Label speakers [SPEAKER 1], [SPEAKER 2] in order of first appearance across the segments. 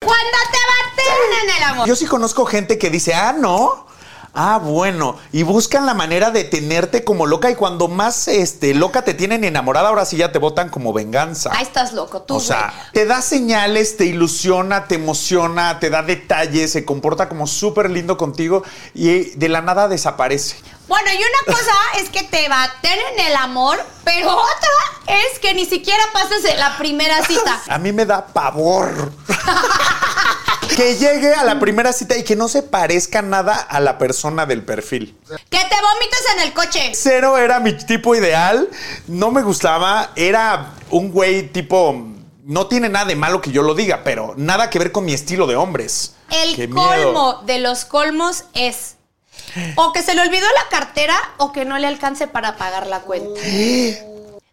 [SPEAKER 1] Cuando te baten en el amor.
[SPEAKER 2] Yo sí conozco gente que dice, ah, no. Ah, bueno, y buscan la manera de tenerte como loca y cuando más este, loca te tienen enamorada, ahora sí ya te votan como venganza.
[SPEAKER 1] Ahí estás loco, tú.
[SPEAKER 2] o sea, te da señales, te ilusiona, te emociona, te da detalles, se comporta como súper lindo contigo y de la nada desaparece.
[SPEAKER 1] güey. Bueno, y una cosa es que te baten en el amor, pero otra es que ni siquiera pases en la primera cita.
[SPEAKER 2] A mí me da pavor. que llegue a la primera cita y que no se parezca nada a la persona del perfil.
[SPEAKER 1] Que te vomites en el coche.
[SPEAKER 2] Cero era mi tipo ideal, no me gustaba, era un güey tipo... No tiene nada de malo que yo lo diga, pero nada que ver con mi estilo de hombres.
[SPEAKER 1] El
[SPEAKER 2] Qué miedo.
[SPEAKER 1] colmo de los colmos es o que se le olvidó la cartera o que no le alcance para pagar la cuenta.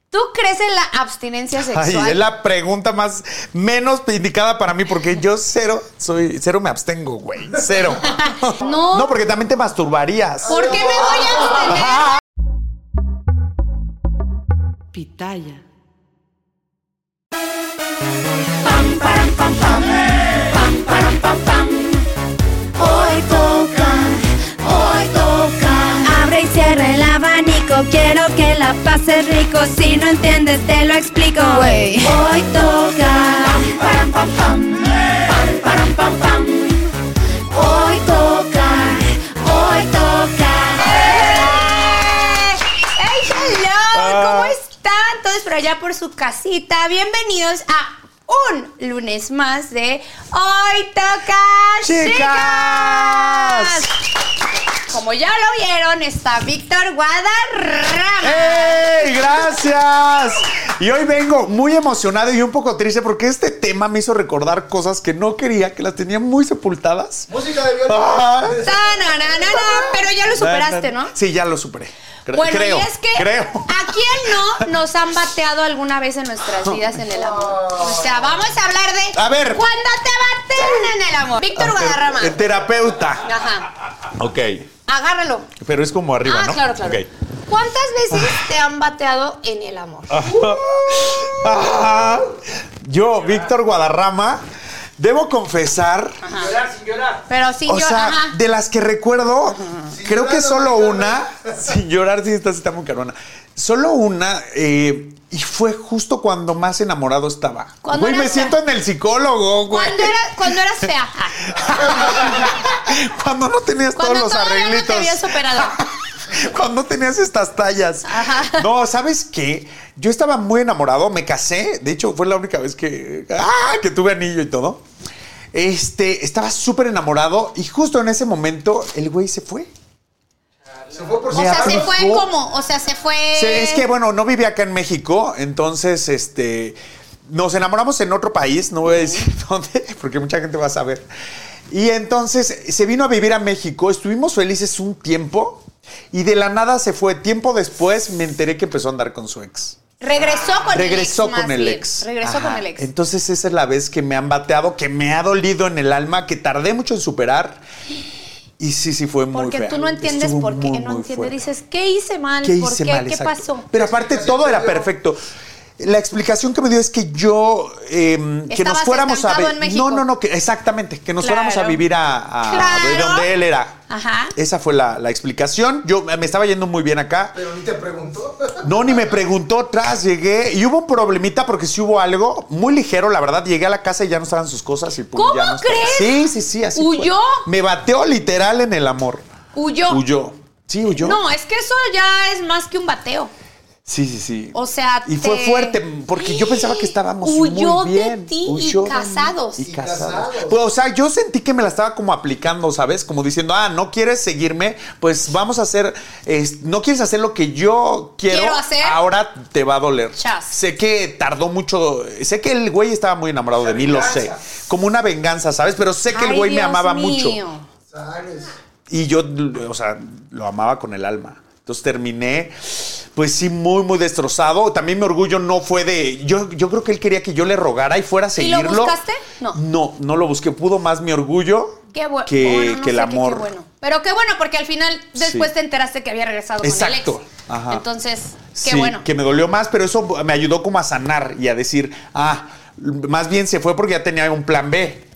[SPEAKER 1] ¿Tú crees en la abstinencia
[SPEAKER 2] Ay,
[SPEAKER 1] sexual?
[SPEAKER 2] es la pregunta más menos indicada para mí porque yo cero soy cero me abstengo, güey, cero.
[SPEAKER 1] No.
[SPEAKER 2] No, porque también te masturbarías.
[SPEAKER 1] ¿Por qué me voy a abstener?
[SPEAKER 3] Pitaya.
[SPEAKER 4] Hoy toca, hoy toca.
[SPEAKER 5] Abre y cierra el abanico, quiero que la pases rico. Si no entiendes, te lo explico. Hoy toca.
[SPEAKER 4] Param, pam, pam. Pam, param, pam, pam. Hoy toca, hoy toca.
[SPEAKER 1] ¡Eh! ¡Hey,
[SPEAKER 2] Ah.
[SPEAKER 1] hello! ¿Cómo están todos por allá por su casita? Bienvenidos a un lunes más de Hoy Toca
[SPEAKER 2] Chicas.
[SPEAKER 1] Como ya lo vieron, está Víctor
[SPEAKER 2] Eh.
[SPEAKER 1] Guadarrama.
[SPEAKER 2] ¡Ey! ¡Gracias! Y hoy vengo muy emocionado y un poco triste porque este tema me hizo recordar cosas que no quería, que las tenía muy sepultadas.
[SPEAKER 6] Música de
[SPEAKER 2] Ah.
[SPEAKER 6] violín.
[SPEAKER 1] Tananana, pero ya lo superaste, ¿no?
[SPEAKER 2] Sí, ya lo superé. Cre-
[SPEAKER 1] Bueno,
[SPEAKER 2] creo,
[SPEAKER 1] y es que
[SPEAKER 2] creo.
[SPEAKER 1] ¿a quién no nos han bateado alguna vez en nuestras vidas en el amor? O sea, vamos a hablar de
[SPEAKER 2] A ver.
[SPEAKER 1] cuando te baten en el amor. Víctor Guadarrama.
[SPEAKER 2] El eh, terapeuta.
[SPEAKER 1] Ajá.
[SPEAKER 2] Ok.
[SPEAKER 1] Agárralo.
[SPEAKER 2] Pero es como arriba,
[SPEAKER 1] ah,
[SPEAKER 2] ¿no?
[SPEAKER 1] claro, claro.
[SPEAKER 2] Ok.
[SPEAKER 1] ¿Cuántas veces te han bateado en el amor?
[SPEAKER 2] Ah. Ajá. Ah, Yo, Víctor Guadarrama, debo confesar,
[SPEAKER 6] Llorar sin llorar.
[SPEAKER 1] Pero sí,
[SPEAKER 2] o
[SPEAKER 1] yo,
[SPEAKER 2] sea,
[SPEAKER 1] ajá.
[SPEAKER 2] de las que recuerdo, creo que
[SPEAKER 6] llorar, no
[SPEAKER 2] solo
[SPEAKER 6] llorar.
[SPEAKER 2] una, sin llorar, sí, esta sí está muy carona, solo una, eh, y fue justo cuando más enamorado estaba.
[SPEAKER 1] Cuando
[SPEAKER 2] Güey,
[SPEAKER 1] eras-
[SPEAKER 2] me siento en el psicólogo, güey.
[SPEAKER 1] Cuando, era, cuando eras fea. Ah,
[SPEAKER 2] Cuando no tenías
[SPEAKER 1] Cuando
[SPEAKER 2] todos los
[SPEAKER 1] todavía
[SPEAKER 2] arreglitos.
[SPEAKER 1] no te habías superado.
[SPEAKER 2] Cuando tenías estas tallas. No, ¿sabes qué? Yo estaba muy enamorado, me casé. De hecho, fue la única vez que, ¡ah! que tuve anillo y todo. Este, estaba súper enamorado y justo en ese momento el güey se fue.
[SPEAKER 6] Se fue por
[SPEAKER 1] O
[SPEAKER 6] su
[SPEAKER 1] sea, se
[SPEAKER 2] Mira,
[SPEAKER 1] fue
[SPEAKER 2] no.
[SPEAKER 1] como, o sea, se fue.
[SPEAKER 2] Sí, es que bueno, no vivía acá en México, entonces este nos enamoramos en otro país, no voy a decir dónde, porque mucha gente va a saber. Y entonces se vino a vivir a México, estuvimos felices un tiempo y de la nada se fue. Tiempo después me enteré que empezó a andar con su ex.
[SPEAKER 1] regresó con
[SPEAKER 2] Regresó
[SPEAKER 1] el ex. más
[SPEAKER 2] con el
[SPEAKER 1] bien.
[SPEAKER 2] ex.
[SPEAKER 1] Regresó
[SPEAKER 2] Ajá.
[SPEAKER 1] con el ex.
[SPEAKER 2] Entonces esa es la vez que me han bateado, que me ha dolido en el alma, que tardé mucho en superar. Y sí, sí fue muy
[SPEAKER 1] Porque
[SPEAKER 2] fea.
[SPEAKER 1] tú no entiendes
[SPEAKER 2] Estuvo
[SPEAKER 1] por qué,
[SPEAKER 2] muy,
[SPEAKER 1] no
[SPEAKER 2] muy
[SPEAKER 1] entiendes.
[SPEAKER 2] fuerte.
[SPEAKER 1] Dices, ¿qué hice mal?
[SPEAKER 2] ¿Qué
[SPEAKER 1] ¿Por
[SPEAKER 2] hice
[SPEAKER 1] qué?
[SPEAKER 2] mal?
[SPEAKER 1] ¿Qué
[SPEAKER 2] Exacto.
[SPEAKER 1] pasó?
[SPEAKER 2] Pero aparte todo era perfecto. La explicación que me dio es que yo eh, que nos
[SPEAKER 1] Estabas
[SPEAKER 2] fuéramos a
[SPEAKER 1] estancado
[SPEAKER 2] ver.
[SPEAKER 1] en México.
[SPEAKER 2] No, no, no, que exactamente, que nos
[SPEAKER 1] Claro.
[SPEAKER 2] fuéramos a vivir a, a
[SPEAKER 1] Claro.
[SPEAKER 2] de donde él era.
[SPEAKER 1] Ajá.
[SPEAKER 2] Esa fue la, la explicación. Yo eh, me estaba yendo muy bien acá.
[SPEAKER 6] Pero ni te preguntó.
[SPEAKER 2] No, ni me preguntó atrás, llegué y hubo un problemita porque sí hubo algo muy ligero, la verdad. Llegué a la casa y ya no estaban sus cosas y pum,
[SPEAKER 1] ¿Cómo
[SPEAKER 2] ya no estaba.
[SPEAKER 1] crees?
[SPEAKER 2] Sí, sí, sí, así. fue.
[SPEAKER 1] ¿Huyó?
[SPEAKER 2] Me bateó literal en el amor.
[SPEAKER 1] Huyó.
[SPEAKER 2] Huyó. Sí, huyó.
[SPEAKER 1] No, es que eso ya es más que un bateo.
[SPEAKER 2] Sí, sí, sí.
[SPEAKER 1] O sea,
[SPEAKER 2] Y fue
[SPEAKER 1] te-
[SPEAKER 2] fuerte, porque yo pensaba que estábamos
[SPEAKER 1] Huyó
[SPEAKER 2] muy
[SPEAKER 1] de
[SPEAKER 2] bien.
[SPEAKER 1] ti y
[SPEAKER 2] Huyó de mí.
[SPEAKER 1] casados.
[SPEAKER 2] Y
[SPEAKER 1] Y
[SPEAKER 2] casados.
[SPEAKER 6] casados.
[SPEAKER 2] Pues, o sea, yo sentí que me la estaba como aplicando, ¿sabes? Como diciendo, ah, no quieres seguirme, pues vamos a hacer, es- no quieres hacer lo que yo quiero,
[SPEAKER 1] Quiero hacer.
[SPEAKER 2] ahora te va a doler.
[SPEAKER 1] Chas.
[SPEAKER 2] Sé que tardó mucho, sé que el güey estaba muy enamorado de mí, lo sé.
[SPEAKER 6] venganza.
[SPEAKER 2] Como una venganza, ¿sabes? Pero sé que el
[SPEAKER 1] Ay,
[SPEAKER 2] güey me
[SPEAKER 1] Dios
[SPEAKER 2] amaba
[SPEAKER 1] mío.
[SPEAKER 2] mucho.
[SPEAKER 6] Sabes.
[SPEAKER 2] Y yo, o sea, lo amaba con el alma. Entonces terminé, pues sí, muy, muy destrozado. También mi orgullo no fue de. Yo, yo creo que él quería que yo le rogara y fuera a
[SPEAKER 1] ¿Y lo
[SPEAKER 2] seguirlo.
[SPEAKER 1] buscaste? No.
[SPEAKER 2] No, no lo busqué. Pudo más mi orgullo
[SPEAKER 1] Qué bueno.
[SPEAKER 2] que,
[SPEAKER 1] Bueno, no
[SPEAKER 2] que el
[SPEAKER 1] sé qué-
[SPEAKER 2] amor.
[SPEAKER 1] Qué bueno. Pero qué bueno, porque al final después
[SPEAKER 2] Sí.
[SPEAKER 1] te enteraste que había regresado
[SPEAKER 2] Exacto.
[SPEAKER 1] con el ex.
[SPEAKER 2] Ajá.
[SPEAKER 1] Entonces, qué
[SPEAKER 2] Sí,
[SPEAKER 1] bueno.
[SPEAKER 2] Que me dolió más, pero eso me ayudó como a sanar y a decir, ah, más bien se fue porque ya tenía un plan B.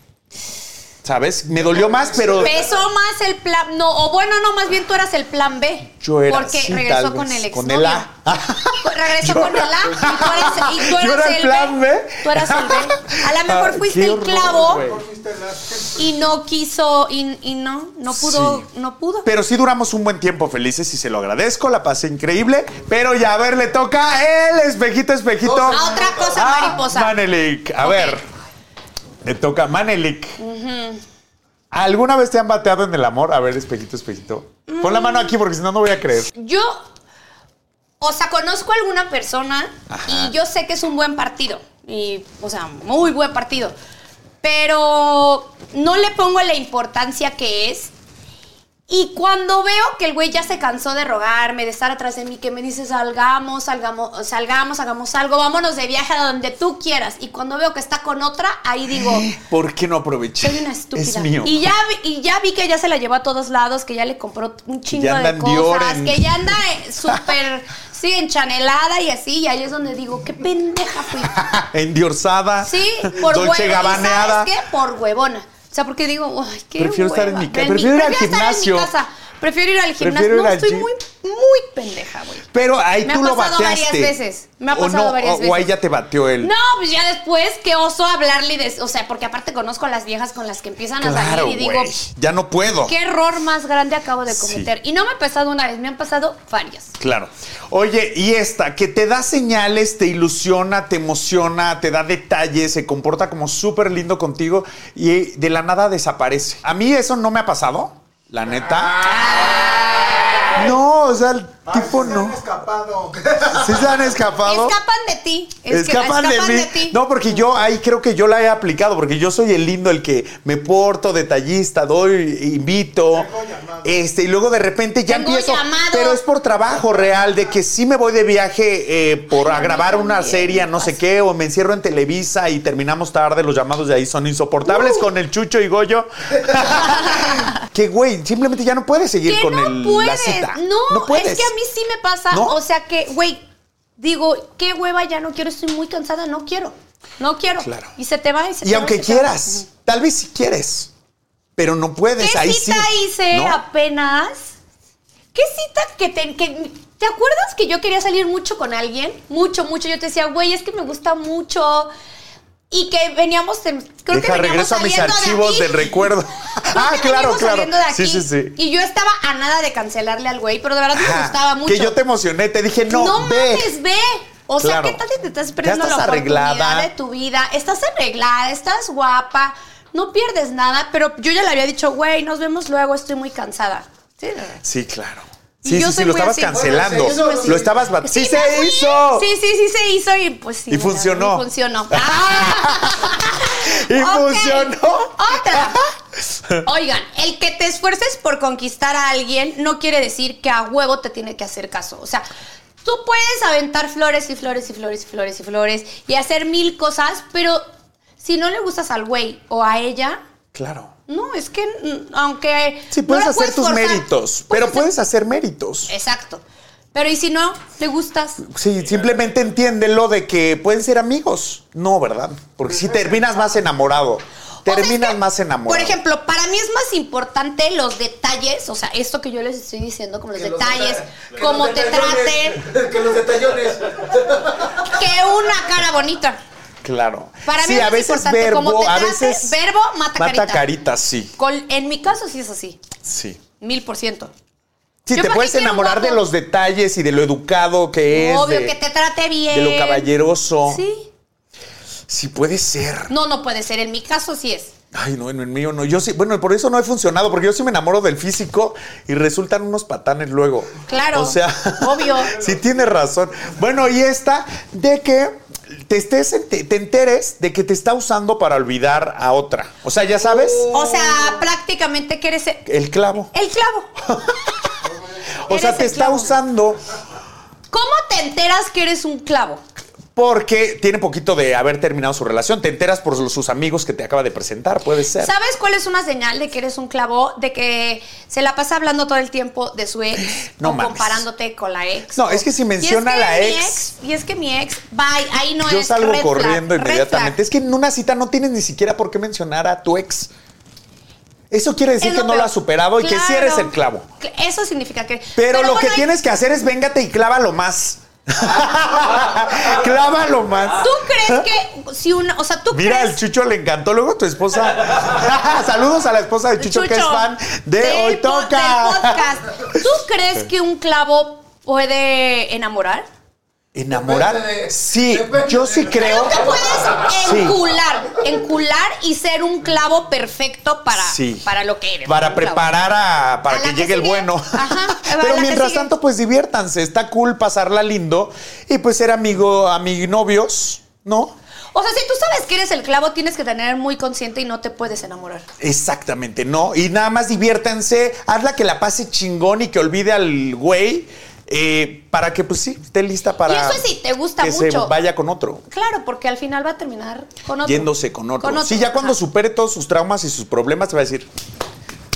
[SPEAKER 2] ¿Sabes? Me dolió más, pero.
[SPEAKER 1] Pesó más el plan. No, o bueno, no, más bien tú eras el plan B.
[SPEAKER 2] Yo era
[SPEAKER 1] Porque
[SPEAKER 2] sí,
[SPEAKER 1] regresó
[SPEAKER 2] tal
[SPEAKER 1] con
[SPEAKER 2] vez,
[SPEAKER 1] el ex.
[SPEAKER 2] Con el A.
[SPEAKER 1] Regresó
[SPEAKER 2] Yo
[SPEAKER 1] con el A y tú eres, y tú
[SPEAKER 2] Yo
[SPEAKER 1] eras
[SPEAKER 2] era el plan B.
[SPEAKER 1] Tú eras el B. A lo
[SPEAKER 2] Ah,
[SPEAKER 1] mejor fuiste
[SPEAKER 2] qué
[SPEAKER 1] el
[SPEAKER 2] horror,
[SPEAKER 1] clavo
[SPEAKER 2] güey.
[SPEAKER 1] y no quiso, y, y no, no pudo,
[SPEAKER 2] Sí.
[SPEAKER 1] no pudo.
[SPEAKER 2] Pero sí duramos un buen tiempo felices y se lo agradezco, la pasé increíble. Pero ya, a ver, le toca el espejito, espejito.
[SPEAKER 1] A otra cosa,
[SPEAKER 2] Ah,
[SPEAKER 1] mariposa.
[SPEAKER 2] Manelik, a
[SPEAKER 1] Ok.
[SPEAKER 2] ver. Le toca a Manelik. ¿Alguna vez te han bateado en el amor? A ver, espejito, espejito. Pon la mano aquí porque si no, no voy a creer.
[SPEAKER 1] Yo, o sea, conozco a alguna persona y yo sé que es un buen partido. Y, o sea, muy buen partido. Pero no le pongo la importancia que es. Y cuando veo que el güey ya se cansó de rogarme, de estar atrás de mí, que me dice salgamos, salgamos, salgamos, hagamos algo, vámonos de viaje a donde tú quieras. Y cuando veo que está con otra, ahí digo,
[SPEAKER 2] ¿Por qué no aproveché?
[SPEAKER 1] soy una estúpida.
[SPEAKER 2] Es mío.
[SPEAKER 1] Y ya, vi, y ya vi que ya se la llevó a todos lados, que ya le compró un chingo
[SPEAKER 2] ya anda
[SPEAKER 1] de
[SPEAKER 2] en
[SPEAKER 1] cosas,
[SPEAKER 2] Dior, en-
[SPEAKER 1] que ya anda eh, súper, sí, enchanelada y así. Y ahí es donde digo, qué pendeja fui.
[SPEAKER 2] Endiorsada.
[SPEAKER 1] Sí, por
[SPEAKER 2] Dolce
[SPEAKER 1] huevona.
[SPEAKER 2] Gabaneada.
[SPEAKER 1] ¿Sabes qué? Por huevona. O sea, porque digo, ay, qué
[SPEAKER 2] Prefiero estar en
[SPEAKER 1] hueva.
[SPEAKER 2] mi ca-
[SPEAKER 1] Ven,
[SPEAKER 2] prefiero ir al
[SPEAKER 1] prefiero estar en mi
[SPEAKER 2] gimnasio.
[SPEAKER 1] casa. Prefiero ir al gimnasio.
[SPEAKER 2] Prefiero ir
[SPEAKER 1] no,
[SPEAKER 2] al
[SPEAKER 1] estoy
[SPEAKER 2] gym.
[SPEAKER 1] muy, muy pendeja, güey.
[SPEAKER 2] Pero ahí
[SPEAKER 1] Me ha
[SPEAKER 2] tú lo
[SPEAKER 1] pasado varias
[SPEAKER 2] bateaste.
[SPEAKER 1] veces. Me ha
[SPEAKER 2] O
[SPEAKER 1] pasado
[SPEAKER 2] no,
[SPEAKER 1] varias
[SPEAKER 2] o- O ahí
[SPEAKER 1] veces.
[SPEAKER 2] ya te bateó él.
[SPEAKER 1] No, pues ya después, qué oso hablarle. y des- o sea, porque aparte conozco a las viejas con las que empiezan a
[SPEAKER 2] Claro,
[SPEAKER 1] salir y digo,
[SPEAKER 2] güey. Ya no puedo.
[SPEAKER 1] ¿Qué error más grande acabo de cometer?
[SPEAKER 2] Sí.
[SPEAKER 1] Y no me ha pasado una vez, me han pasado varias.
[SPEAKER 2] Claro. Oye, y esta, que te da señales, te ilusiona, te emociona, te da detalles, se comporta como súper lindo contigo y de la nada desaparece. A mí eso no me ha pasado, la neta.
[SPEAKER 1] Ah.
[SPEAKER 2] No, o sea, el
[SPEAKER 6] Ay,
[SPEAKER 2] tipo
[SPEAKER 6] sí se
[SPEAKER 2] no.
[SPEAKER 6] han escapado.
[SPEAKER 2] ¿Sí se han escapado?
[SPEAKER 1] Escapan de ti. Es que
[SPEAKER 2] escapan de mí.
[SPEAKER 1] ti.
[SPEAKER 2] No, porque yo ahí creo que yo la he aplicado, porque yo soy el lindo, el que me porto, detallista, doy, invito. Este, y luego de repente ya
[SPEAKER 1] Tengo
[SPEAKER 2] empiezo.
[SPEAKER 1] llamado.
[SPEAKER 2] Pero es por trabajo real, de que sí me voy de viaje eh, por a grabar una serie, no sé qué, o me encierro en Televisa y terminamos tarde. Los llamados de ahí son insoportables
[SPEAKER 1] Uh.
[SPEAKER 2] con el Chucho y Goyo. que güey, simplemente ya no puedes seguir
[SPEAKER 1] que
[SPEAKER 2] con
[SPEAKER 1] no
[SPEAKER 2] el- la
[SPEAKER 1] puedes.
[SPEAKER 2] cita.
[SPEAKER 1] No,
[SPEAKER 2] puedes.
[SPEAKER 1] es que a mí sí me pasa.
[SPEAKER 2] ¿No?
[SPEAKER 1] O sea que, güey, digo, qué hueva, ya no quiero, estoy muy cansada, no quiero. No quiero.
[SPEAKER 2] Claro.
[SPEAKER 1] Y se te va y se te
[SPEAKER 2] Y
[SPEAKER 1] va,
[SPEAKER 2] aunque
[SPEAKER 1] se te va.
[SPEAKER 2] quieras, tal vez si quieres, pero no puedes.
[SPEAKER 1] ¿Qué
[SPEAKER 2] Pues ahí
[SPEAKER 1] cita
[SPEAKER 2] sí.
[SPEAKER 1] hice
[SPEAKER 2] ¿no?
[SPEAKER 1] apenas? ¿Qué cita que te... que- ¿Te acuerdas que yo quería salir mucho con alguien? Mucho, mucho. Yo te decía, güey, es que me gusta mucho. Y que veníamos... en- Creo
[SPEAKER 2] Deja,
[SPEAKER 1] que veníamos
[SPEAKER 2] regreso a mis
[SPEAKER 1] saliendo de
[SPEAKER 2] archivos
[SPEAKER 1] aquí.
[SPEAKER 2] del recuerdo.
[SPEAKER 1] Creo
[SPEAKER 2] ah,
[SPEAKER 1] que
[SPEAKER 2] claro,
[SPEAKER 1] veníamos
[SPEAKER 2] claro.
[SPEAKER 1] saliendo de
[SPEAKER 2] Sí,
[SPEAKER 1] aquí.
[SPEAKER 2] sí, sí.
[SPEAKER 1] Y yo estaba a nada de cancelarle al güey, pero de verdad me
[SPEAKER 2] Ajá,
[SPEAKER 1] gustaba mucho.
[SPEAKER 2] Que yo te emocioné, te dije, no,
[SPEAKER 1] No
[SPEAKER 2] ve.
[SPEAKER 1] mames, ve. O sea,
[SPEAKER 2] Claro.
[SPEAKER 1] ¿qué tal si te estás
[SPEAKER 2] Ya
[SPEAKER 1] perdiendo
[SPEAKER 2] estás
[SPEAKER 1] la oportunidad
[SPEAKER 2] arreglada.
[SPEAKER 1] de tu vida? Estás arreglada, estás guapa, no pierdes nada, pero yo ya le había dicho, güey, nos vemos luego, estoy muy cansada. Sí,
[SPEAKER 2] Sí, claro.
[SPEAKER 1] Y
[SPEAKER 2] Sí,
[SPEAKER 1] yo
[SPEAKER 2] sí,
[SPEAKER 1] soy
[SPEAKER 2] sí, lo
[SPEAKER 1] muy
[SPEAKER 2] estabas
[SPEAKER 1] así.
[SPEAKER 2] cancelando.
[SPEAKER 6] Bueno, sí, yo soy
[SPEAKER 2] Lo
[SPEAKER 6] así.
[SPEAKER 2] estabas bat- ¡Sí, se
[SPEAKER 1] me fui.
[SPEAKER 2] hizo!
[SPEAKER 1] Sí, sí, sí se hizo y pues sí.
[SPEAKER 2] Y funcionó.
[SPEAKER 1] Y funcionó. Ah.
[SPEAKER 2] Y
[SPEAKER 1] Ok.
[SPEAKER 2] funcionó.
[SPEAKER 1] Otra. Oigan, el que te esfuerces por conquistar a alguien no quiere decir que a huevo te tiene que hacer caso. O sea, tú puedes aventar flores y flores y flores y flores y flores y hacer mil cosas, pero si no le gustas al güey o a ella,
[SPEAKER 2] Claro.
[SPEAKER 1] no, es que mm, aunque...
[SPEAKER 2] Sí,
[SPEAKER 1] no
[SPEAKER 2] puedes
[SPEAKER 1] la
[SPEAKER 2] hacer tus
[SPEAKER 1] forzar,
[SPEAKER 2] méritos, pero puedes hacer méritos.
[SPEAKER 1] Exacto. Pero ¿y si no? ¿Le gustas?
[SPEAKER 2] Sí, simplemente entiéndelo de que pueden ser amigos. No, ¿verdad? Porque si terminas más enamorado.
[SPEAKER 1] O sea, es
[SPEAKER 2] Terminas
[SPEAKER 1] que,
[SPEAKER 2] más enamorado.
[SPEAKER 1] Por ejemplo, para mí es más importante los detalles, o sea, esto que yo les estoy diciendo, como los
[SPEAKER 6] Que los
[SPEAKER 1] detalles,
[SPEAKER 6] deta- que
[SPEAKER 1] cómo
[SPEAKER 6] los
[SPEAKER 1] te
[SPEAKER 6] detallones,
[SPEAKER 1] traten,
[SPEAKER 6] Que los detallones.
[SPEAKER 1] que una cara bonita.
[SPEAKER 2] Claro.
[SPEAKER 1] Para
[SPEAKER 2] sí,
[SPEAKER 1] mí es
[SPEAKER 2] a
[SPEAKER 1] más
[SPEAKER 2] veces
[SPEAKER 1] importante
[SPEAKER 2] verbo,
[SPEAKER 1] cómo te
[SPEAKER 2] a
[SPEAKER 1] trates,
[SPEAKER 2] veces
[SPEAKER 1] verbo mata carita.
[SPEAKER 2] carita, sí,
[SPEAKER 1] Col- en mi caso sí es así,
[SPEAKER 2] sí.
[SPEAKER 1] mil por ciento.
[SPEAKER 2] Sí,
[SPEAKER 1] Yo
[SPEAKER 2] te
[SPEAKER 1] para
[SPEAKER 2] puedes
[SPEAKER 1] qué quiero un
[SPEAKER 2] enamorar de
[SPEAKER 1] guapo.
[SPEAKER 2] los detalles y de lo educado que es.
[SPEAKER 1] Obvio
[SPEAKER 2] de,
[SPEAKER 1] que te trate bien.
[SPEAKER 2] de lo caballeroso. Sí.
[SPEAKER 1] Sí.
[SPEAKER 2] puede ser.
[SPEAKER 1] No, no puede ser. En mi caso sí es.
[SPEAKER 2] Ay, no, en el mío no. Yo sí, bueno, por eso no he funcionado, porque yo sí me enamoro del físico y resultan unos patanes luego.
[SPEAKER 1] Claro,
[SPEAKER 2] O sea,
[SPEAKER 1] obvio.
[SPEAKER 2] Sí, tienes razón. Bueno, y esta de que te estés, en- te, te enteres de que te está usando para olvidar a otra. O sea, ya sabes,
[SPEAKER 1] O sea, prácticamente que eres el
[SPEAKER 2] el clavo.
[SPEAKER 1] el clavo.
[SPEAKER 2] O sea,
[SPEAKER 1] Eres
[SPEAKER 2] te
[SPEAKER 1] el
[SPEAKER 2] está
[SPEAKER 1] clavo.
[SPEAKER 2] usando
[SPEAKER 1] ¿Cómo te enteras que eres un clavo?
[SPEAKER 2] porque tiene poquito de haber terminado su relación. Te enteras por los- sus amigos que te acaba de presentar, puede ser.
[SPEAKER 1] ¿Sabes cuál es una señal de que eres un clavo? De que se la pasa hablando todo el tiempo de su ex
[SPEAKER 2] No
[SPEAKER 1] o
[SPEAKER 2] mames.
[SPEAKER 1] comparándote con la ex.
[SPEAKER 2] No,
[SPEAKER 1] o-
[SPEAKER 2] es que si
[SPEAKER 1] Y
[SPEAKER 2] menciona
[SPEAKER 1] que
[SPEAKER 2] a la
[SPEAKER 1] mi
[SPEAKER 2] ex-
[SPEAKER 1] Y es que mi ex, bye, ahí no
[SPEAKER 2] Yo
[SPEAKER 1] es
[SPEAKER 2] salgo
[SPEAKER 1] red flag,
[SPEAKER 2] corriendo
[SPEAKER 1] red
[SPEAKER 2] inmediatamente.
[SPEAKER 1] flag.
[SPEAKER 2] Es que en una cita no tienes ni siquiera por qué mencionar a tu ex. Eso quiere decir
[SPEAKER 1] Es
[SPEAKER 2] que
[SPEAKER 1] lo
[SPEAKER 2] no lo
[SPEAKER 1] peor.
[SPEAKER 2] has superado y que sí eres
[SPEAKER 1] Claro.
[SPEAKER 2] el clavo.
[SPEAKER 1] Cl- Eso significa que.
[SPEAKER 2] Pero, lo
[SPEAKER 1] bueno,
[SPEAKER 2] que
[SPEAKER 1] ahí-
[SPEAKER 2] tienes que hacer es véngate y clávalo más. clávalo más.
[SPEAKER 1] ¿Tú crees que si una. O sea, tú
[SPEAKER 2] ¿Ah? Mira,
[SPEAKER 1] crees.
[SPEAKER 2] al Chucho le encantó. Luego tu esposa. Saludos a la esposa de Chucho, que es fan de
[SPEAKER 1] del
[SPEAKER 2] Hoy
[SPEAKER 1] po- del
[SPEAKER 2] Toca.
[SPEAKER 1] podcast. ¿Tú crees que un clavo puede enamorar?
[SPEAKER 2] ¿Enamorar?
[SPEAKER 6] Depende de-
[SPEAKER 2] Sí,
[SPEAKER 6] depende
[SPEAKER 2] yo
[SPEAKER 6] de-
[SPEAKER 2] sí
[SPEAKER 1] Pero
[SPEAKER 2] creo.
[SPEAKER 1] te puedes
[SPEAKER 2] Sí.
[SPEAKER 1] encular, encular y ser un clavo perfecto para,
[SPEAKER 2] Sí.
[SPEAKER 1] para lo que eres.
[SPEAKER 2] Para
[SPEAKER 1] un clavo.
[SPEAKER 2] preparar a, para
[SPEAKER 1] A
[SPEAKER 2] que
[SPEAKER 1] la que
[SPEAKER 2] llegue el
[SPEAKER 1] sigue.
[SPEAKER 2] bueno.
[SPEAKER 1] Ajá, a la
[SPEAKER 2] Pero
[SPEAKER 1] que
[SPEAKER 2] mientras
[SPEAKER 1] sigue.
[SPEAKER 2] tanto, pues diviértanse. Está cool pasarla lindo y pues ser amigo, amignovios, ¿no?
[SPEAKER 1] O sea, si tú sabes que eres el clavo, tienes que tener muy consciente y no te puedes enamorar.
[SPEAKER 2] Exactamente, ¿no? Y nada más diviértanse, hazla que la pase chingón y que olvide al güey eh, para que, pues sí, esté lista para.
[SPEAKER 1] Y eso sí, te gusta
[SPEAKER 2] que se
[SPEAKER 1] mucho.
[SPEAKER 2] vaya con otro.
[SPEAKER 1] Claro, porque al final va a terminar con otro.
[SPEAKER 2] Yéndose con otro. Sí, ya cuando
[SPEAKER 1] Ajá.
[SPEAKER 2] supere todos sus traumas y sus problemas, te va a decir,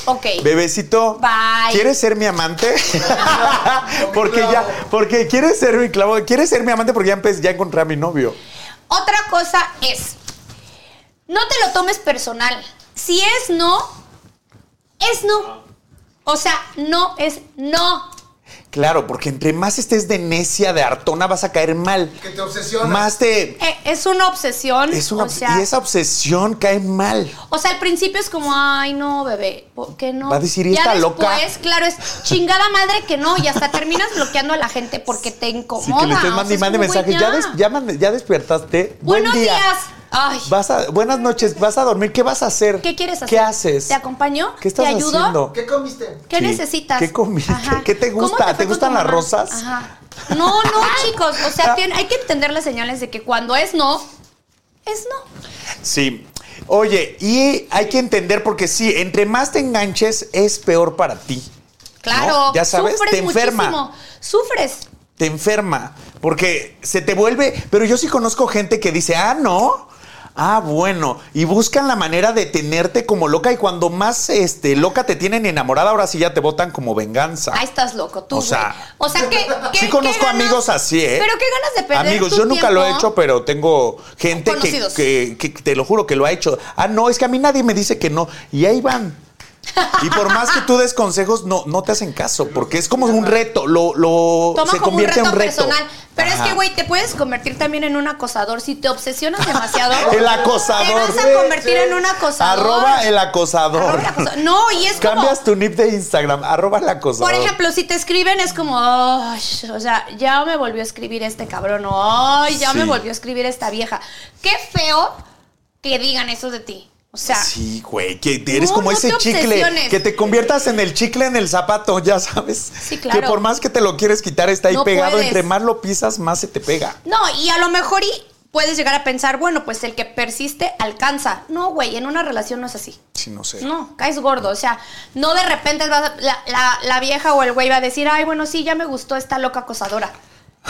[SPEAKER 1] Ok.
[SPEAKER 2] Bebecito,
[SPEAKER 1] Bye.
[SPEAKER 2] ¿quieres ser mi amante? porque ya, porque quieres ser mi clavo, quieres ser mi amante porque ya, empe- ya encontré a mi novio.
[SPEAKER 1] Otra cosa es, no te lo tomes personal. Si es no, es no. O sea, no es no.
[SPEAKER 2] Claro, porque entre más estés de necia, de hartona, vas a caer mal.
[SPEAKER 6] Que te obsesionas.
[SPEAKER 2] Más te.
[SPEAKER 1] Eh, es una obsesión.
[SPEAKER 2] es una
[SPEAKER 1] o,
[SPEAKER 2] obs-
[SPEAKER 1] sea,
[SPEAKER 2] y esa obsesión cae mal.
[SPEAKER 1] o sea, al principio es como, ay, no, bebé, ¿por qué no?
[SPEAKER 2] Va a decir,
[SPEAKER 1] ya
[SPEAKER 2] "Esta
[SPEAKER 1] después,
[SPEAKER 2] loca".
[SPEAKER 1] claro, es chingada madre que no. Y hasta terminas bloqueando a la gente porque te
[SPEAKER 2] Sí,
[SPEAKER 1] incomoda.
[SPEAKER 2] que le estés
[SPEAKER 1] o
[SPEAKER 2] mandando
[SPEAKER 1] sea,
[SPEAKER 2] y
[SPEAKER 1] es
[SPEAKER 2] mande
[SPEAKER 1] como, güey,
[SPEAKER 2] mensajes. Ya, des- ya mande- ya despertaste.
[SPEAKER 1] Buenos
[SPEAKER 2] Buen día.
[SPEAKER 1] días. Ay.
[SPEAKER 2] Vas a- buenas noches, vas a dormir. ¿Qué vas a hacer?
[SPEAKER 1] ¿Qué quieres hacer?
[SPEAKER 2] ¿Qué haces?
[SPEAKER 1] ¿Te acompaño?
[SPEAKER 2] ¿Qué estás
[SPEAKER 1] ¿Te ayudo?
[SPEAKER 2] haciendo?
[SPEAKER 6] ¿Qué comiste?
[SPEAKER 1] ¿Qué
[SPEAKER 2] Sí.
[SPEAKER 1] necesitas?
[SPEAKER 2] ¿Qué comiste?
[SPEAKER 1] Ajá.
[SPEAKER 2] ¿Qué te
[SPEAKER 1] ¿Cómo
[SPEAKER 2] gusta?
[SPEAKER 1] fue
[SPEAKER 2] ¿Te
[SPEAKER 1] con
[SPEAKER 2] gustan
[SPEAKER 1] tu
[SPEAKER 2] las
[SPEAKER 1] mamá?
[SPEAKER 2] rosas? Ah.
[SPEAKER 1] Ajá. No, no, chicos. O sea, tien- hay que entender las señales de que cuando es no, es no.
[SPEAKER 2] Sí. Oye, y hay que entender porque sí, entre más te enganches es peor para ti.
[SPEAKER 1] Claro.
[SPEAKER 2] ¿No? Ya sabes,
[SPEAKER 1] sufres
[SPEAKER 2] te enferma.
[SPEAKER 1] muchísimo. Sufres.
[SPEAKER 2] Te enferma porque se te vuelve, pero yo sí conozco gente que dice, "Ah, no." Ah, bueno, y buscan la manera de tenerte como loca y cuando más este loca te tienen enamorada, ahora sí ya te votan como venganza.
[SPEAKER 1] Ahí estás loco, tú.
[SPEAKER 2] O
[SPEAKER 1] O
[SPEAKER 2] sea-
[SPEAKER 1] sea, o sea que. que-
[SPEAKER 2] Sí
[SPEAKER 1] que
[SPEAKER 2] conozco
[SPEAKER 1] ganas-
[SPEAKER 2] amigos así, ¿eh?
[SPEAKER 1] Pero qué ganas de perder.
[SPEAKER 2] Amigos,
[SPEAKER 1] tu
[SPEAKER 2] yo nunca lo he
[SPEAKER 1] tiempo.
[SPEAKER 2] hecho, pero tengo gente que,
[SPEAKER 1] Conocidos.
[SPEAKER 2] que- que te lo juro que lo ha hecho. Ah, no, es que a mí nadie me dice que no. Y ahí van. Y por más que tú des consejos, no, no te hacen caso, porque es como un reto, lo, lo
[SPEAKER 1] Toma
[SPEAKER 2] se
[SPEAKER 1] como un
[SPEAKER 2] convierte
[SPEAKER 1] reto,
[SPEAKER 2] en un reto.
[SPEAKER 1] personal. Pero es que,
[SPEAKER 2] Ajá.
[SPEAKER 1] güey, te puedes convertir también en un acosador. Si te obsesionas demasiado.
[SPEAKER 2] El acosador.
[SPEAKER 1] Te vas a convertir en un acosador.
[SPEAKER 2] Arroba el acosador.
[SPEAKER 1] Arroba el acosador. No, y es como-
[SPEAKER 2] Cambias tu nip de Instagram, arroba el acosador.
[SPEAKER 1] Por ejemplo, si te escriben es como, "Ay, o sea, ya me volvió a escribir este cabrón, o ay, ya me
[SPEAKER 2] Sí.
[SPEAKER 1] volvió a escribir esta vieja. Qué feo que digan eso de ti. O sea,
[SPEAKER 2] Sí, güey, que te- eres
[SPEAKER 1] No,
[SPEAKER 2] como
[SPEAKER 1] no
[SPEAKER 2] ese
[SPEAKER 1] te
[SPEAKER 2] chicle,
[SPEAKER 1] obsesiones.
[SPEAKER 2] que te conviertas en el chicle en el zapato, ya sabes.
[SPEAKER 1] Sí, claro.
[SPEAKER 2] Que por más que te lo quieres quitar, está ahí
[SPEAKER 1] No
[SPEAKER 2] pegado.
[SPEAKER 1] puedes.
[SPEAKER 2] Entre más lo pisas, más se te pega.
[SPEAKER 1] no, y a lo mejor y puedes llegar a pensar, bueno, pues el que persiste alcanza. No, güey, en una relación no es así.
[SPEAKER 2] Sí, no sé.
[SPEAKER 1] No, caes gordo. O sea, no de repente vas a- la, la- la vieja o el güey va a decir, ay, bueno, sí, ya me gustó esta loca acosadora.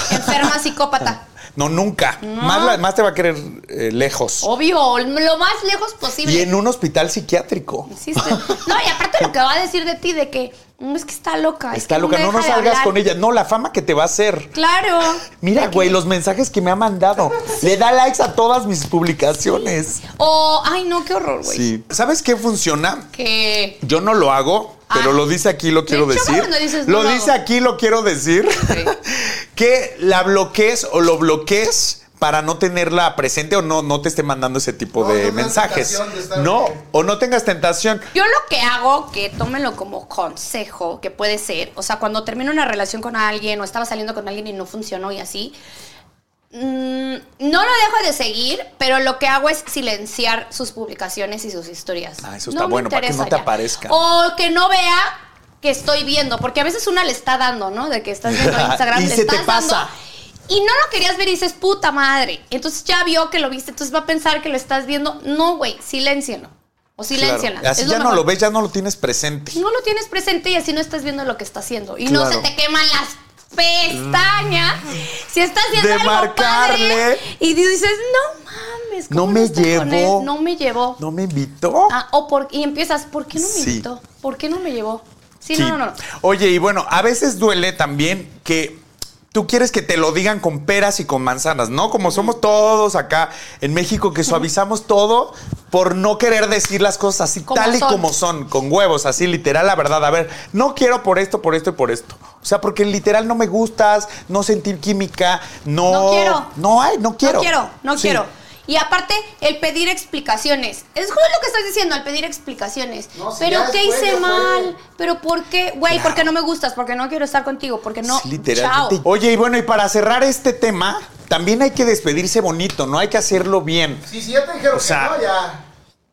[SPEAKER 1] Enferma psicópata.
[SPEAKER 2] No, nunca. Más, la- más te va a querer eh, lejos.
[SPEAKER 1] Obvio, lo más lejos posible.
[SPEAKER 2] y en un hospital psiquiátrico.
[SPEAKER 1] Insiste. No, y aparte lo que va a decir de ti, de que "Mm, es que está loca. es
[SPEAKER 2] Está
[SPEAKER 1] que
[SPEAKER 2] loca, no,
[SPEAKER 1] deja
[SPEAKER 2] no
[SPEAKER 1] de
[SPEAKER 2] salgas
[SPEAKER 1] hablar".
[SPEAKER 2] con ella. No, la fama que te va a hacer.
[SPEAKER 1] Claro.
[SPEAKER 2] Mira, güey, los mensajes que me ha mandado. Le da likes a todas mis publicaciones.
[SPEAKER 1] O, ay, no, qué horror, güey.
[SPEAKER 2] Sí. ¿Sabes qué funciona?
[SPEAKER 1] Que.
[SPEAKER 2] Yo no lo hago, pero
[SPEAKER 1] Ay.
[SPEAKER 2] lo dice aquí, lo quiero
[SPEAKER 1] choca
[SPEAKER 2] decir.
[SPEAKER 1] Ah. cuando dices, no
[SPEAKER 2] lo
[SPEAKER 1] lo
[SPEAKER 2] dice
[SPEAKER 1] hago.
[SPEAKER 2] aquí, lo quiero decir. que la bloquees o lo bloquees para no tenerla presente o no, no te esté mandando ese tipo
[SPEAKER 6] O no
[SPEAKER 2] de
[SPEAKER 6] tengas
[SPEAKER 2] mensajes.
[SPEAKER 6] tentación de estar-
[SPEAKER 2] no, o no tengas tentación.
[SPEAKER 1] Yo lo que hago, que tómenlo como consejo, que puede ser, o sea, cuando termino una relación con alguien o estaba saliendo con alguien y no funcionó y así, mm, no lo dejo de seguir, pero lo que hago es silenciar sus publicaciones y sus historias.
[SPEAKER 2] Ah, eso está bueno, para que no
[SPEAKER 1] interesa
[SPEAKER 2] te
[SPEAKER 1] ya.
[SPEAKER 2] aparezca.
[SPEAKER 1] O que no vea que estoy viendo, porque a veces una le está dando, ¿no? De que estás viendo Instagram,
[SPEAKER 2] Y
[SPEAKER 1] le
[SPEAKER 2] se te
[SPEAKER 1] estás dando,
[SPEAKER 2] pasa.
[SPEAKER 1] y no lo querías ver y dices, puta madre. Entonces ya vio que lo viste, entonces va a pensar que lo estás viendo. No, güey, siléncialo. O silénciala.
[SPEAKER 2] Claro. Así
[SPEAKER 1] Es
[SPEAKER 2] ya no
[SPEAKER 1] mejor.
[SPEAKER 2] lo ves, ya no lo tienes presente.
[SPEAKER 1] No lo tienes presente y así no estás viendo lo que está haciendo. Y no
[SPEAKER 2] Claro.
[SPEAKER 1] se te queman las pestañas. Si estás viendo
[SPEAKER 2] De
[SPEAKER 1] algo
[SPEAKER 2] marcarle.
[SPEAKER 1] padre y dices, no mames, ¿cómo
[SPEAKER 2] No me
[SPEAKER 1] estoy con
[SPEAKER 2] llevó.
[SPEAKER 1] él? No me llevó.
[SPEAKER 2] No me invitó.
[SPEAKER 1] Ah, o por- y empiezas, ¿por qué no me
[SPEAKER 2] Sí.
[SPEAKER 1] invitó? ¿Por qué no me llevó? Sí,
[SPEAKER 2] Sí.
[SPEAKER 1] no, no, no.
[SPEAKER 2] Oye, y bueno, a veces duele también que tú quieres que te lo digan con peras y con manzanas, ¿no? Como somos todos acá en México que suavizamos todo por no querer decir las cosas así
[SPEAKER 1] Como
[SPEAKER 2] tal y
[SPEAKER 1] son.
[SPEAKER 2] como son, con huevos, así literal, la verdad. A ver, no quiero por esto, por esto y por esto. O sea, porque literal no me gustas, no sentir química, no.
[SPEAKER 1] No quiero.
[SPEAKER 2] No hay, no quiero.
[SPEAKER 1] No quiero, no
[SPEAKER 2] Sí.
[SPEAKER 1] quiero. Y aparte, el pedir explicaciones. Es justo lo que estás diciendo, el pedir explicaciones.
[SPEAKER 6] No, si
[SPEAKER 1] Pero
[SPEAKER 6] ya
[SPEAKER 1] ¿qué
[SPEAKER 6] después,
[SPEAKER 1] hice
[SPEAKER 6] ya fue.
[SPEAKER 1] mal? ¿Pero por qué? Güey, porque no me gustas, porque no quiero estar contigo, porque no.
[SPEAKER 2] Sí, literalmente.
[SPEAKER 1] Chao.
[SPEAKER 2] Oye, y bueno, y para cerrar este tema, también hay que despedirse bonito, ¿no? Hay que hacerlo bien.
[SPEAKER 6] Si si ya te dijeron
[SPEAKER 2] O sea,
[SPEAKER 6] que no, ya.